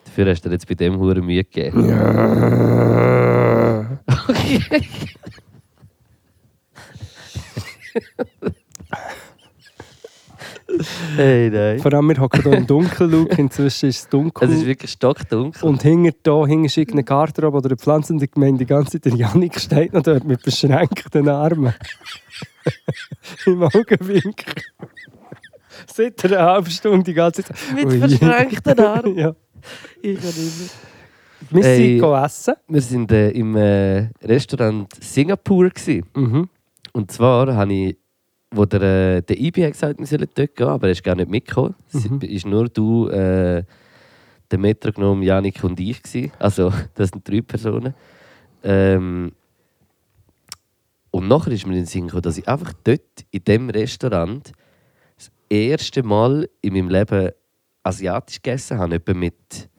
C: dafür hast du dir jetzt bei dem hure Mühe gegeben. Okay. hey, nein.
B: Vor allem, wir hocken hier im Dunkeln, Luke. inzwischen ist es dunkel.
C: Es ist wirklich stockdunkel.
B: und hinter da hinter irgendeine Garderobe oder eine pflanzende Gemeinde die ganze Zeit der Janik steht noch dort mit beschränkten Armen. Im Augenwinkel. Seit einer halben Stunde die ganze Zeit. Ui.
C: Armen.
B: ja.
C: Ich kann nicht
B: Wir
C: Ey.
B: sind go essen.
C: Wir waren äh, im äh, Restaurant Singapur. Gewesen. Und zwar habe ich, wo der, äh, der IB hat gesagt, wir sollen dort gehen, aber er ist gar nicht mitgekommen.
B: Mhm.
C: Es ist nur du, äh, der Metronom, Janik und ich. Gewesen. Also, das sind drei Personen. Ähm, und nachher ist mir in den Sinn gekommen, dass ich einfach dort in dem Restaurant das erste Mal in meinem Leben asiatisch gegessen habe, etwa mit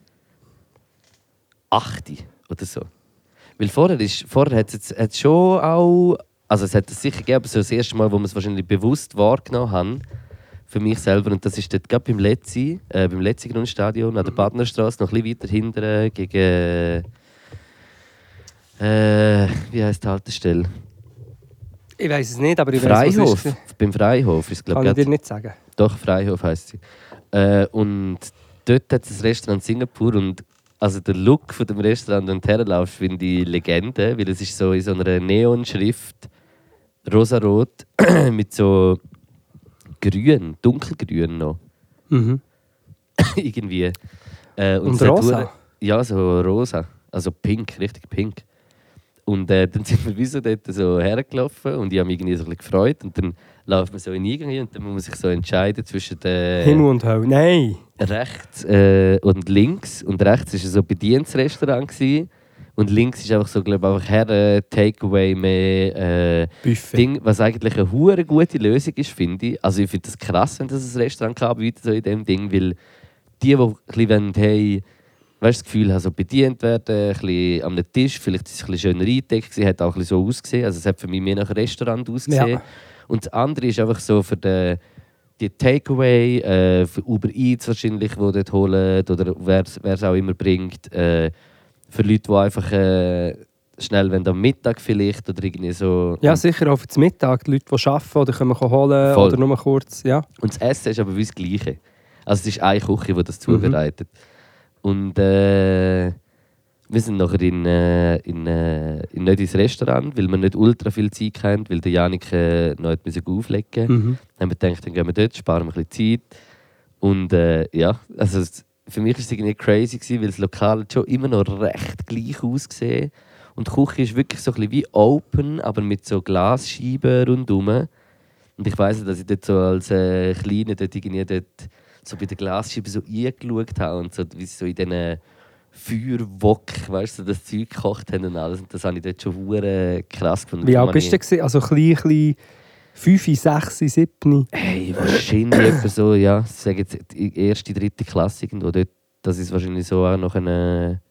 C: 8 oder so. Weil vorher, ist, vorher hat es hat's schon auch. Also es hat es sicher gegeben, aber so das erste Mal, wo wir es wahrscheinlich bewusst wahrgenommen haben, für mich selber. Und das ist dort gerade beim Letzi, äh, beim Letzi Grundstadion
B: Mhm.
C: an der Badnerstraße, noch ein bisschen weiter hinten äh, gegen. Äh, wie heisst die Haltestelle?
B: Ich weiß es nicht, aber ich weiß
C: Freihof. Beim Freihof ist es, glaube
B: Kann ich
C: ich,
B: dir
C: gerade-
B: nicht sagen.
C: doch, Freihof heisst sie. Äh, und dort hat es das Restaurant Singapur und also der Look von dem Restaurant und Herrenlauf finde ich Legende, weil es ist so in so einer Neonschrift rosarot mit so grün, dunkelgrün noch
B: Mhm.
C: irgendwie. Äh,
B: Und
C: es hat
B: rosa?
C: hure- Ja, so rosa. Also pink, richtig pink. Und äh, dann sind wir wie so dort so hergelaufen und ich habe mich irgendwie so ein bisschen gefreut. Und dann läuft man so in den Eingang rein und dann muss man sich so entscheiden zwischen
B: Himmel
C: äh,
B: und Hölle. Nein!
C: rechts äh, und links. Und rechts war so ein Bedienungsrestaurant. Gewesen. Und links ist einfach so, glaube ich, einfach Herren, Takeaway mehr. Äh,
B: Buffet.
C: Ding, was eigentlich eine hure gute Lösung ist, finde ich. Also ich finde das krass, wenn das ein Restaurant kann anbietet, so in dem Ding, weil die, die ein bisschen wollen, hey, weißt, du, das Gefühl haben, so bedient werden, ein bisschen am Tisch, vielleicht ist es ein bisschen schöner eingedeckt, gewesen, hat auch ein bisschen so ausgesehen, also es hat für mich mehr nach Restaurant ausgesehen.
B: Ja.
C: Und das andere ist einfach so für den, die Takeaway, äh, für Uber Eats wahrscheinlich, die dort holen oder wer es auch immer bringt. Äh, für Leute, die einfach äh, schnell wenn am Mittag vielleicht oder irgendwie so.
B: Ja, sicher auch für den Mittag. Die Leute, die arbeiten oder können wir holen
C: Voll.
B: oder nur kurz. Ja.
C: Und das Essen ist aber wie das Gleiche. Also es ist eine Küche, die das
B: Mhm.
C: zubereitet. Und äh, wir sind nachher in, äh, in, äh, in, nicht ins Restaurant, weil wir nicht ultra viel Zeit hatten, weil der Janik äh, noch hat müssen auflegen musste.
B: Mhm.
C: Dann haben wir gedacht, dann gehen wir dort, sparen wir ein bisschen Zeit. Und äh, ja, also es, für mich war es irgendwie crazy, gewesen, weil das Lokal hat schon immer noch recht gleich ausgesehen. Und die Küche ist wirklich so ein bisschen wie open, aber mit so Glasscheiben rundherum. Und ich weiss noch, dass ich dort so als äh, Kleiner dort irgendwie dort so bei den Glasscheiben so eingeschaut habe und so, wie sie so in diesen Feuerwok, weißt du, so das Zeug gekocht haben und alles. Und das habe ich dort schon hure krass gefunden.
B: Wie alt
C: Darum habe
B: bist
C: ich-
B: du? gewesen? Also klein, klein. 5, 6, 7.
C: Hey, wahrscheinlich etwa so, ja, ich sage jetzt die erste, dritte Klasse irgendwo dort, dass ich es wahrscheinlich so auch noch eine,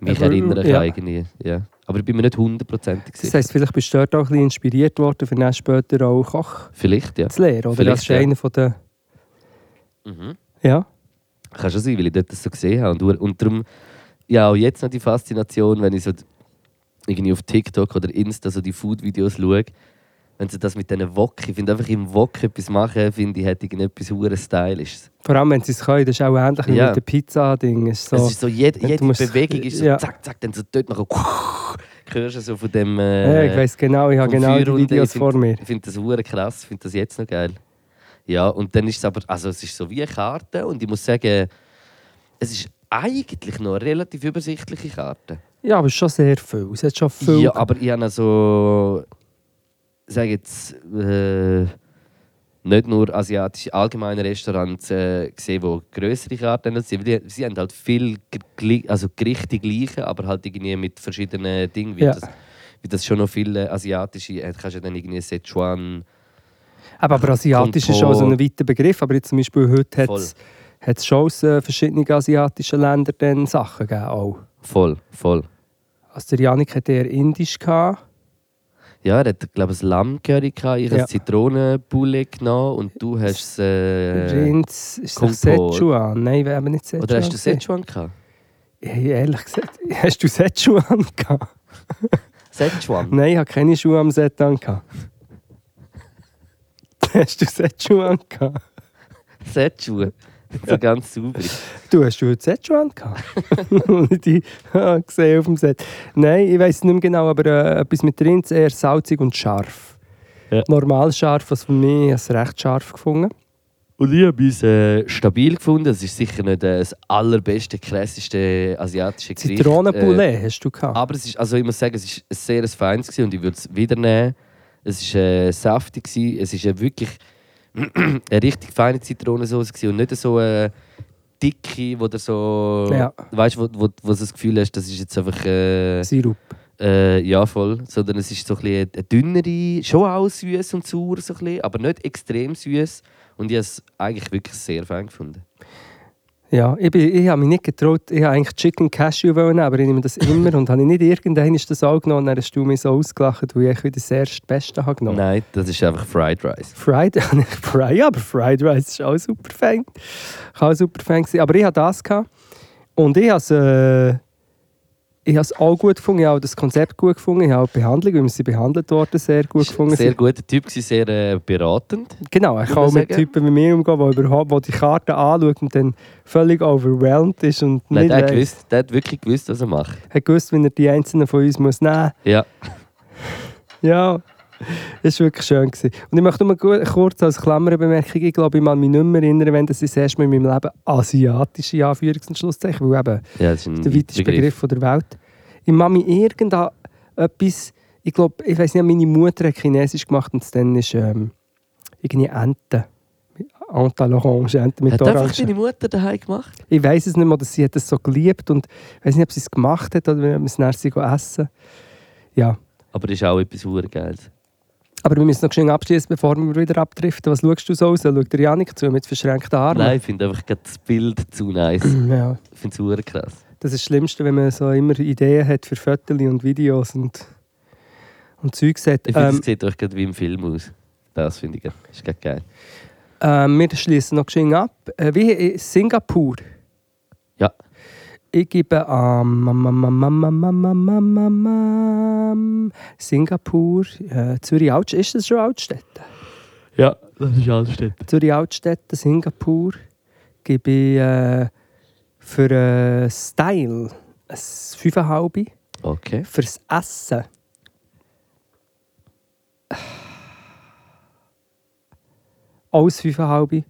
C: mich
B: Aber-
C: erinnern kann
B: ja.
C: irgendwie. Ja. Aber ich bin mir nicht hundertprozentig
B: Das
C: sicher.
B: heisst, vielleicht bist du dort auch ein bisschen inspiriert worden, für dann später auch Koch
C: Vielleicht, ja.
B: zu lernen. Oder
C: Vielleicht,
B: das ist ja.
C: ja.
B: einer von den.
C: Mhm.
B: Ja.
C: Kann schon sein, weil ich dort das so gesehen habe. Und, ur- und darum, ja, auch jetzt noch die Faszination, wenn ich so d- irgendwie auf TikTok oder Insta so die Food-Videos schaue, wenn sie das mit diesen Wok, ich finde einfach im Wok etwas machen, finde ich, hat irgendetwas hure Stylisches.
B: Vor allem, wenn sie es können, das ist auch ähnlich wie
C: Ja.
B: mit dem Pizza-Ding. Ist
C: Es
B: so,
C: ist so, jede,
B: Du
C: jede
B: musst-
C: Bewegung ist so
B: ja.
C: zack, zack, dann so dort nachher hörst du so von dem...
B: ja,
C: Äh,
B: ich weiß genau, ich habe
C: vom
B: genau die
C: Feuerrunden.
B: Videos
C: Ich find-
B: vor mir.
C: Ich finde das hure krass, ich finde das jetzt noch geil. Ja, und dann ist es aber, also es ist so wie eine Karte und ich muss sagen, es ist eigentlich noch eine relativ übersichtliche Karte.
B: Ja, aber es ist schon sehr viel. Es hat schon viel.
C: Ja, aber ich habe also, sage jetzt, äh, nicht nur asiatische allgemeine Restaurants äh, gesehen, wo größere Karten haben. Sie, die- sie haben halt viel gl- gli- also Gerichte gleiche, aber halt irgendwie mit verschiedenen Dingen, wie,
B: Ja.
C: das, wie das schon noch viele asiatische, äh, kannst du ja dann irgendwie Sichuan,
B: aber, aber asiatisch
C: kommt
B: ist auch so
C: von-
B: ein weiter Begriff. Aber jetzt zum Beispiel heute hat
C: Voll.
B: es- hat es schon aus äh, verschiedenen asiatischen Ländern dann Sachen gegeben. Auch.
C: voll, voll.
B: Also der Janik hat eher indisch gehabt.
C: Ja, er hat, glaube ich, ein Lammcurry gehabt, ich
B: Ja.
C: habe Zitronenboulet genommen und du hast äh,
B: Rins, ist
C: Kung
B: das
C: Po.
B: Sichuan? Nein, wir haben nicht Sichuan.
C: Oder hast du
B: gesehen.
C: Sichuan gehabt?
B: Hey, ehrlich gesagt, hast du Sichuan gehabt?
C: Sichuan?
B: Nein, ich hatte keine Schuhe am Set an. gehabt. Hast du Sichuan gehabt?
C: Sichuan. So ganz sauber.
B: Du hast du heute Sichuan gehabt? Und ich die ah, gesehen auf dem Set. Nein, ich weiß nicht mehr genau, aber äh, etwas mit drin ist eher salzig und scharf.
C: Ja.
B: Normal scharf, was von mir ist recht scharf gefunden.
C: Und ich habe es äh, stabil gefunden. Es ist sicher nicht äh, das allerbeste, krasseste asiatische Gericht. Äh,
B: Zitronenboulet hast du gehabt.
C: aber es ist, also ich muss sagen, es ist ein sehr feines gewesen und ich würde es wieder nehmen. Es war äh, saftig, gewesen. es war äh, wirklich eine richtig feine Zitronensauce gewesen und nicht so eine dicke, wo du so,
B: Ja.
C: weißt, wo, wo, wo du das Gefühl hast, das ist jetzt einfach... Äh,
B: Sirup.
C: äh, ja, voll. Sondern es ist so ein bisschen eine dünnere, schon auch süß und sauer, so ein bisschen, aber nicht extrem süß. Und ich habe es eigentlich wirklich sehr fein gefunden.
B: Ja, ich, bin, ich habe mich nicht getraut. Ich habe eigentlich Chicken Cashew wollen, aber ich nehme das immer und habe ich nicht irgendwann ist das auch genommen. Dann hast du mich so ausgelacht, weil ich wieder das erste Beste habe genommen.
C: Nein, das ist einfach Fried Rice.
B: Fried, Fried, ja, aber Fried Rice ist auch super fein. Kann auch super fein sein. Aber ich hatte das gehabt. und ich habe es, äh, ich habe es auch gut gefunden. Ich habe auch das Konzept gut gefunden. Ich habe auch die Behandlung, wie wir sie behandelt worden, sehr gut gefunden.
C: Sehr guter Typ, gewesen, sehr äh, beratend.
B: Genau, ich
C: Würde
B: kann auch
C: man
B: mit
C: sagen.
B: Typen wie mir umgehen, die überhaupt wo die Karte anschaut und dann völlig overwhelmed ist und
C: Nein,
B: nicht
C: der, hat
B: weiss-
C: gewusst, der hat wirklich gewusst, was er macht.
B: hat gewusst, wie er die einzelnen von uns muss nehmen muss.
C: Ja,
B: Ja, das war wirklich schön. Gewesen. Und ich möchte nur gu- kurz als Klammerbemerkung, ich glaube, ich kann mich nicht mehr erinnern, wenn das, das erste Mal in meinem Leben asiatische Anführungs- und Schlusszeichen, weil eben
C: ja das ist ein
B: der weiteste Begriff von der Welt. Ich kann mich irgendetwas, etwas- ich glaube, ich weiß nicht, meine Mutter hat Chinesisch gemacht und dann ist ähm, irgendwie Ente. Ente à l'orange, Ente mit
C: Hat einfach
B: Orange.
C: deine Mutter daheim gemacht?
B: Ich weiß es nicht mehr, dass sie hat es so geliebt und ich weiß nicht, ob sie es gemacht hat oder ob wir es nachher sie essen. Ja.
C: Aber das ist auch etwas Urgeiles.
B: Aber wir müssen noch schön abschließen, bevor wir wieder abdriften. Was schaust du so aus? Schaut der Janik zu mit verschränkten Armen?
C: Nein, ich finde einfach gerade das Bild zu nice. Ich
B: Ja,
C: finde es urkrass.
B: das ist das Schlimmste, wenn man so immer Ideen hat für Fotos und Videos und, und Zeugs hat.
C: Ich finde, es
B: Ähm,
C: sieht euch gerade wie im Film aus. Das finde ich, grad- ist grad geil.
B: Ähm, wir schließen noch geschwind ab. Äh, wie äh, Singapur.
C: Ja.
B: Ich gebe am am- am- am- am- am- am- am- am- am- am- Singapur, äh, Zürich Altstädte. Ist das schon Altstädte?
C: Ja, das ist Altstädte.
B: Zürich Altstädte, Singapur gebe ich äh, für äh, Style ein 5,5.
C: Okay.
B: Fürs Essen. Alles 5,5.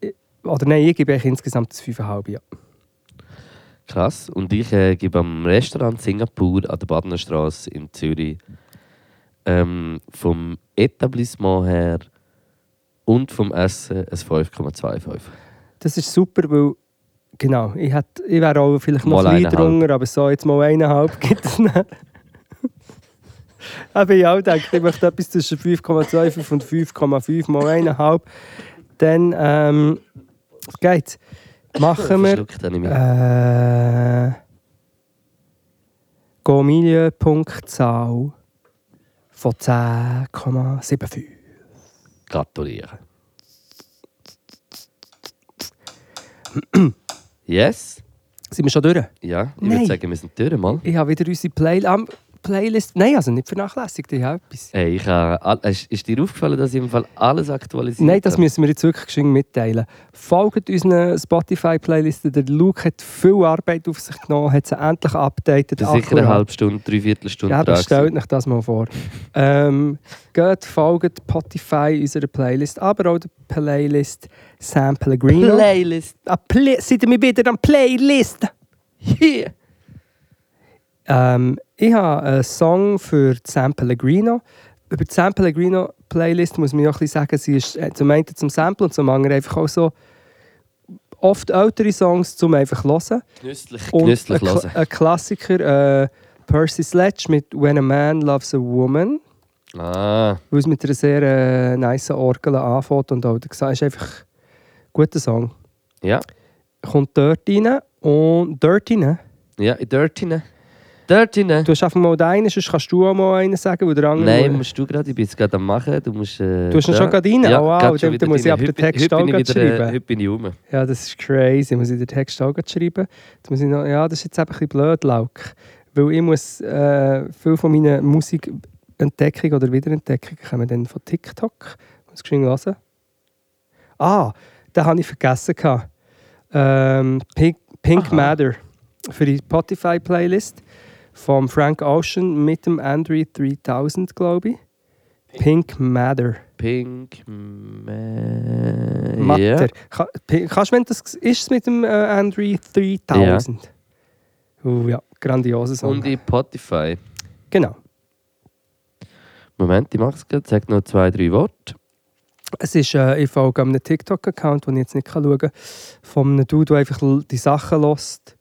B: Ich- Oder nein, ich gebe eigentlich insgesamt das 5,5. Ja.
C: Krass. Und ich äh, gebe am Restaurant Singapur an der Badnerstraße in Zürich ähm, vom Etablissement her und vom Essen ein 5,25.
B: Das ist super, weil. Genau, ich, hätte, ich wäre auch vielleicht noch
C: Mal
B: ein bisschen
C: eineinhalb.
B: drunter, aber so jetzt mal eineinhalb gibt es nicht. Aber ich auch gedacht, ich möchte etwas zwischen 5,25 und 5,5 mal eineinhalb. Dann ähm, geht's. Machen wir.
C: Verschluckt habe ich mich.
B: Äh. Gomilie-Punktzahl von 10,75.
C: Gratuliere. yes?
B: Sind wir schon durch?
C: Ja, ich
B: Nein.
C: würde sagen, wir sind durch, mal.
B: Ich habe wieder unsere Play am- Playlist. Nein, also nicht vernachlässigt, ich habe etwas.
C: Hey, ich, äh, ist, ist dir aufgefallen, dass ich im Fall alles aktualisiert
B: Nein, das
C: habe?
B: müssen wir jetzt wirklich geschwind mitteilen. Folgt unseren Spotify-Playlisten. Der Luke hat viel Arbeit auf sich genommen, hat sie endlich updated.
C: Das ist sicher eine
B: akkurat.
C: halbe Stunde, dreiviertel Stunde
B: Ah, Ja,
C: dran
B: aber stellt
C: gewesen.
B: euch das mal vor. ähm, geht, folgt Spotify unserer Playlist, aber auch der Playlist Sam Pellegrino.
C: Playlist.
B: Ah, Play seid ihr mir wieder an Playlist?
C: Yeah.
B: Ähm, ich habe einen Song für die Sam Pellegrino. Über die Sam Pellegrino Playlist muss man ja auch ein bisschen sagen, sie ist äh, zum einen zum Sample und zum anderen einfach auch so oft ältere Songs zum einfach hören.
C: Genüsslich,
B: Und
C: genüsslich
B: ein, Kla-
C: hören.
B: ein Klassiker, äh, Percy Sledge mit When a Man Loves a Woman.
C: Ah,
B: weil es mit einer sehr äh, nice Orgel anfängt und auch der Gesang ist einfach ein guter Song.
C: ja.
B: Kommt dort rein und dort rein.
C: Ja, in Dirty, ne? Dirty, ne?
B: Du hast einfach mal einen, sonst kannst du auch mal einen sagen, weil der andere...
C: Nein, musst du gerade, ich bin jetzt gerade am machen. Du musst... Äh,
B: Du hast ihn schon gerade rein?
C: Ja,
B: Oh, wow,
C: gerade schon
B: dann-
C: wieder
B: dann muss ich
C: rein.
B: ab den
C: Heute-
B: Text
C: heute bin
B: auch
C: ich
B: gerade
C: wieder, äh,
B: schreiben.
C: Heute bin ich rum.
B: Ja, das ist crazy. Muss ich den Text auch gerade schreiben? Jetzt muss ich noch, ja, das ist jetzt eben ein bisschen blöd, Lauk. Weil ich muss äh, viel von meiner Musikentdeckung oder Wiederentdeckung kommen dann von TikTok. Muss ich geschwind hören. Ah, den habe ich vergessen. gehabt. Ähm, Pink, Pink
C: Aha.
B: Matter für die Spotify-Playlist von Frank Ocean mit dem Android 3000, glaube ich. Pink Matter.
C: Pink Man.
B: Matter. Ka- P- Kannst du, wenn das ist es mit dem äh, Android 3000? Ja. Uh, ja, grandiose Song.
C: Und in Spotify.
B: genau.
C: Moment, ich mach's gerade. Sag noch zwei, drei Worte.
B: Es ist, äh, ich folge einem TikTok-Account, den ich jetzt nicht kann schauen kann, von einem Dude, der einfach l- die Sachen lost,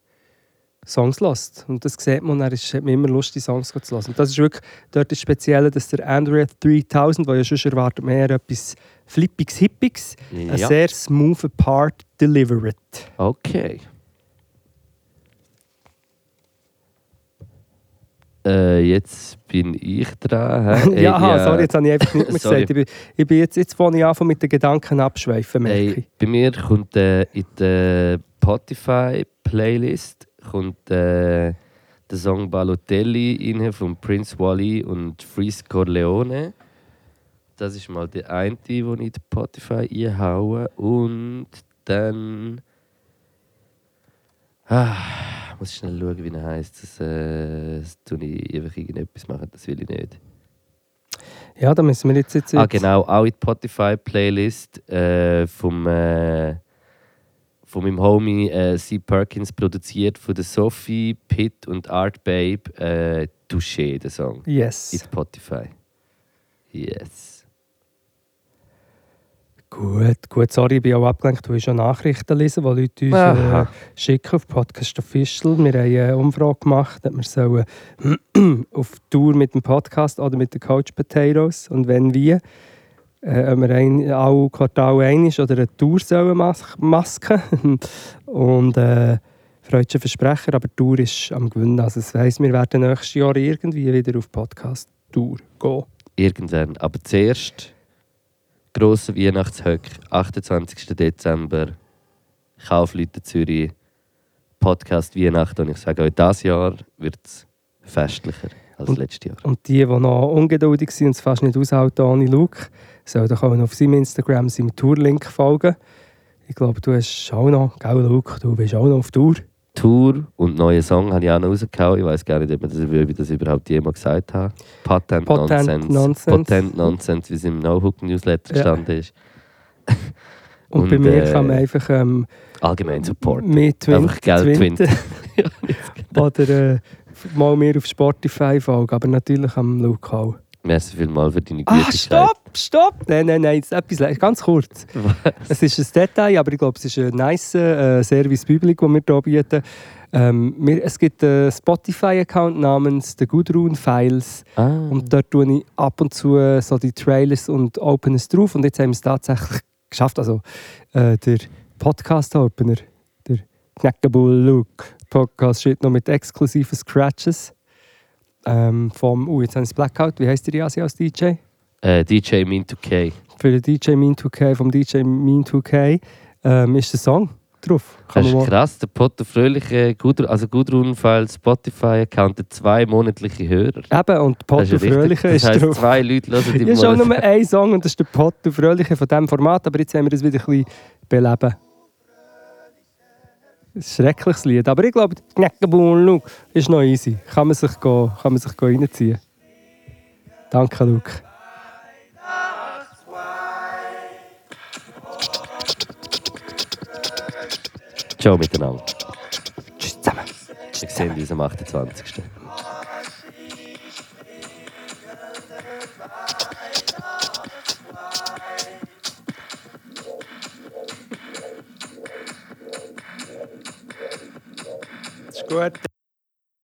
B: Songs lost. Und das sieht man, und er ist, hat mir immer Lust, die Songs zu hören. Und das ist wirklich, dort ist speziell, dass der Android 3000, der ja sonst erwartet, mehr etwas Flippiges, Hippiges, einen
C: Ja.
B: Äh, sehr smoothen Part delivered.
C: Okay. Äh, jetzt bin ich dran. hä? Ey,
B: ja, aha, sorry, jetzt habe ich einfach nichts mehr
C: Sorry.
B: gesagt. Ich bin, ich bin jetzt, jetzt fange ich an, mit den Gedanken abschweifen, merke
C: Ey, bei mir kommt äh, in der Spotify-Playlist kommt äh, der Song Balotelli rein von Prince Wally und Freeze Corleone. Das ist mal der eine, den ich in Spotify einhaue. Und dann. Ah, muss ich schnell schauen, wie er heisst. Das, äh, das tue ich einfach irgendetwas machen, das will ich nicht.
B: ich. Ja, da müssen wir jetzt... jetzt
C: Ah, genau, auch in die Spotify-Playlist äh, vom, äh, von meinem Homie äh, C. Perkins produziert, von der Sophie, Pitt und Art Babe, äh, Touché, der Song. In
B: Yes.
C: Spotify. Yes.
B: Gut, gut, sorry, ich bin auch abgelenkt. Du hast schon Nachrichten lesen, die Leute uns äh,
C: Aha.
B: schicken auf Podcast Official. Wir haben eine Umfrage gemacht, ob wir sollen auf Tour mit dem Podcast oder mit den Coach Potatoes und wenn wie, äh, ob wir ein, alle Quartal einig oder eine Tour sollen mas masken. und äh, freudsche Versprecher, aber die Tour ist am Gewinnen. Also das heisst, wir werden nächstes Jahr irgendwie wieder auf Podcast Tour gehen.
C: Irgendwann. Aber zuerst Grosser Weihnachtshöck, 28. Dezember, Kaufleute Zürich, Podcast Weihnachten. Und ich sage euch, dieses Jahr wird es festlicher als
B: Und-
C: letztes Jahr.
B: Und die, die noch ungeduldig sind und es fast nicht aushalten ohne Luke, sollen doch auch noch auf seinem Instagram seinem Tourlink folgen. Ich glaube, du hast auch noch, gell Luke, du bist auch noch auf Tour.
C: Tour und neuen Song habe ich auch noch rausgehauen. Ich weiß gar nicht, ob, man das, ob ich das überhaupt jemals gesagt habe. Patent,
B: Patent
C: Nonsense.
B: Nonsense.
C: Patent Nonsense, wie es im No-Hook-Newsletter
B: Ja.
C: gestanden ist.
B: Und,
C: Und,
B: bei mir
C: äh,
B: kann man einfach ähm,
C: Allgemein Support.
B: mit Twin,
C: Einfach Geld twinten.
B: oder äh, mal mir auf Spotify folgen, aber natürlich am Luke auch.
C: Merci vielmals für deine
B: Ah,
C: Gütigkeit.
B: stopp, stopp! Nein, nein, nein, jetzt etwas le- ganz kurz. Es ist ein Detail, aber ich glaube, es ist ein nice äh, Service Public, den wir hier bieten. Ähm, wir, es gibt einen Spotify-Account namens The Gudrun Files
C: Ah,
B: und dort tue ich ab und zu äh, so die Trailers und Openers drauf und jetzt haben wir es tatsächlich geschafft. Also äh, der Podcast-Opener, der Knackabull Luke Podcast, steht noch mit exklusiven Scratches ähm, vom, oh, jetzt haben wir das Blackout, wie heißt der Jasi als DJ?
C: äh, DJ Min2K.
B: für den DJ Mean2K, vom DJ Mean2K, ähm, ist der Song drauf. Kann
C: Das
B: man
C: ist
B: mal-
C: krass. Der Potter Fröhliche, Gudrun, also Gudrun Fall Spotify-Account, hat zwei monatliche Hörer.
B: Eben, und
C: Das
B: Potter
C: ja richtig.
B: Fröhliche ist
C: das heisst,
B: drauf.
C: zwei Leute hören die
B: Hier ist auch nur ein Song und das ist der Potter Fröhliche von diesem Format, aber jetzt haben wir das wieder ein bisschen beleben. Ein schreckliches Lied, aber ich glaube, Kneckenbull Luke ist noch easy. Kann man sich, go, kann man sich go reinziehen. Danke, Luke.
C: Ciao miteinander.
B: Tschüss zusammen.
C: Wir sehen uns am 28.
B: Ist gut.